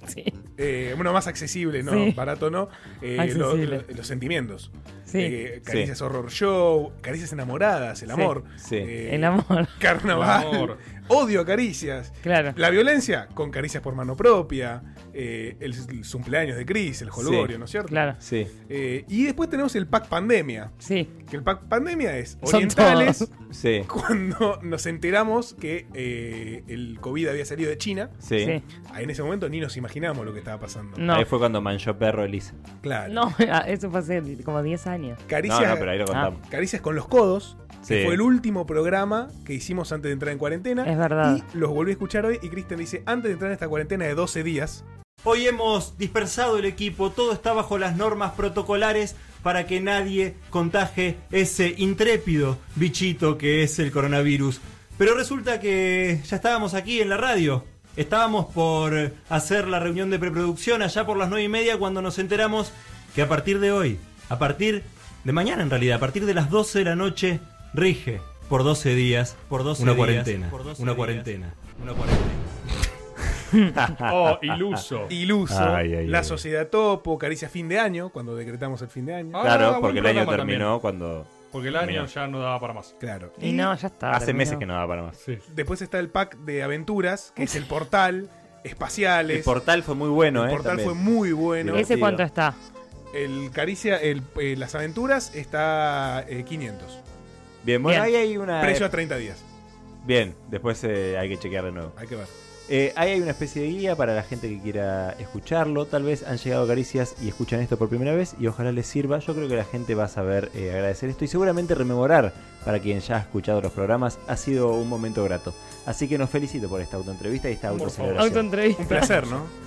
S5: Eh, uno más accesible, ¿no?
S1: Sí. (laughs)
S5: Barato, ¿no? Eh,
S1: Accesible.
S5: lo- lo- los sentimientos.
S1: Sí.
S5: Eh, caricias
S1: Sí.
S5: horror show, caricias enamoradas, el
S1: Sí.
S5: amor.
S1: Sí.
S5: Eh,
S1: El amor.
S5: Carnaval.
S1: El amor.
S5: (laughs) Odio a caricias.
S1: Claro.
S5: La violencia, con caricias por mano propia. eh, el, el cumpleaños de Cris, el jolgorio,
S13: Sí.
S5: ¿no es cierto?
S1: Claro.
S13: Sí.
S5: Eh, y después tenemos el pack pandemia.
S1: Sí.
S5: Que el pack pandemia es
S13: Son
S5: orientales.
S13: todos. Sí.
S5: (laughs) Cuando nos enteramos que eh, el COVID había salido de China.
S13: Sí. Sí.
S5: Ahí en ese momento ni nos imaginamos lo que estaba pasando.
S1: Mm.
S13: Ahí fue cuando manchó perro Elisa.
S5: Claro.
S1: No, (laughs) eso fue hace como 10 años.
S5: Caricias,
S13: No, no, pero ahí
S1: Ah.
S13: lo contamos.
S5: Caricias con los codos. que
S13: Sí.
S5: fue el último programa que hicimos antes de entrar en cuarentena.
S1: Es verdad.
S5: Y los volví a escuchar hoy. Y Cristian dice: Antes de entrar en esta cuarentena de 12 días.
S2: Hoy hemos dispersado el equipo, todo está bajo las normas protocolares para que nadie contagie ese intrépido bichito que es el coronavirus. Pero resulta que ya estábamos aquí en la radio. Estábamos por hacer la reunión de preproducción allá por las nueve y media cuando nos enteramos que a partir de hoy, a partir de mañana en realidad, a partir de las 12 de la noche, rige por 12 días, por 12
S21: Una
S2: días,
S21: cuarentena,
S2: por 12
S21: una
S2: días,
S21: cuarentena.
S2: una cuarentena.
S9: Oh, iluso.
S5: Iluso.
S2: Ay, ay,
S5: la
S2: ay.
S5: sociedad topo, caricia fin de año, cuando decretamos el fin de año.
S2: Claro, porque el año terminó cuando.
S9: Porque el año
S2: terminó.
S9: ya no daba para más.
S5: Claro.
S1: Y no, ya está.
S2: Hace meses que no daba para más.
S5: Después está el pack de aventuras, que es el portal, espaciales.
S2: El portal fue muy bueno,
S5: El
S2: ¿eh?
S5: portal
S2: también.
S5: fue muy bueno.
S1: ¿Ese cuánto está?
S5: El caricia, el, eh, las aventuras está eh, 500.
S2: Bien, bueno, ahí hay una.
S5: Precio a 30 días.
S2: Bien, después eh, hay que chequear de nuevo.
S5: Hay que ver.
S2: Eh, ahí hay una especie de guía para la gente que quiera escucharlo. Tal vez han llegado caricias y escuchan esto por primera vez y ojalá les sirva. Yo creo que la gente va a saber eh, agradecer esto y seguramente rememorar para quien ya ha escuchado los programas. Ha sido un momento grato. Así que nos felicito por esta autoentrevista y esta
S1: Por favor.
S2: autocelebración.
S1: Autoentrevista. Un placer, ¿no?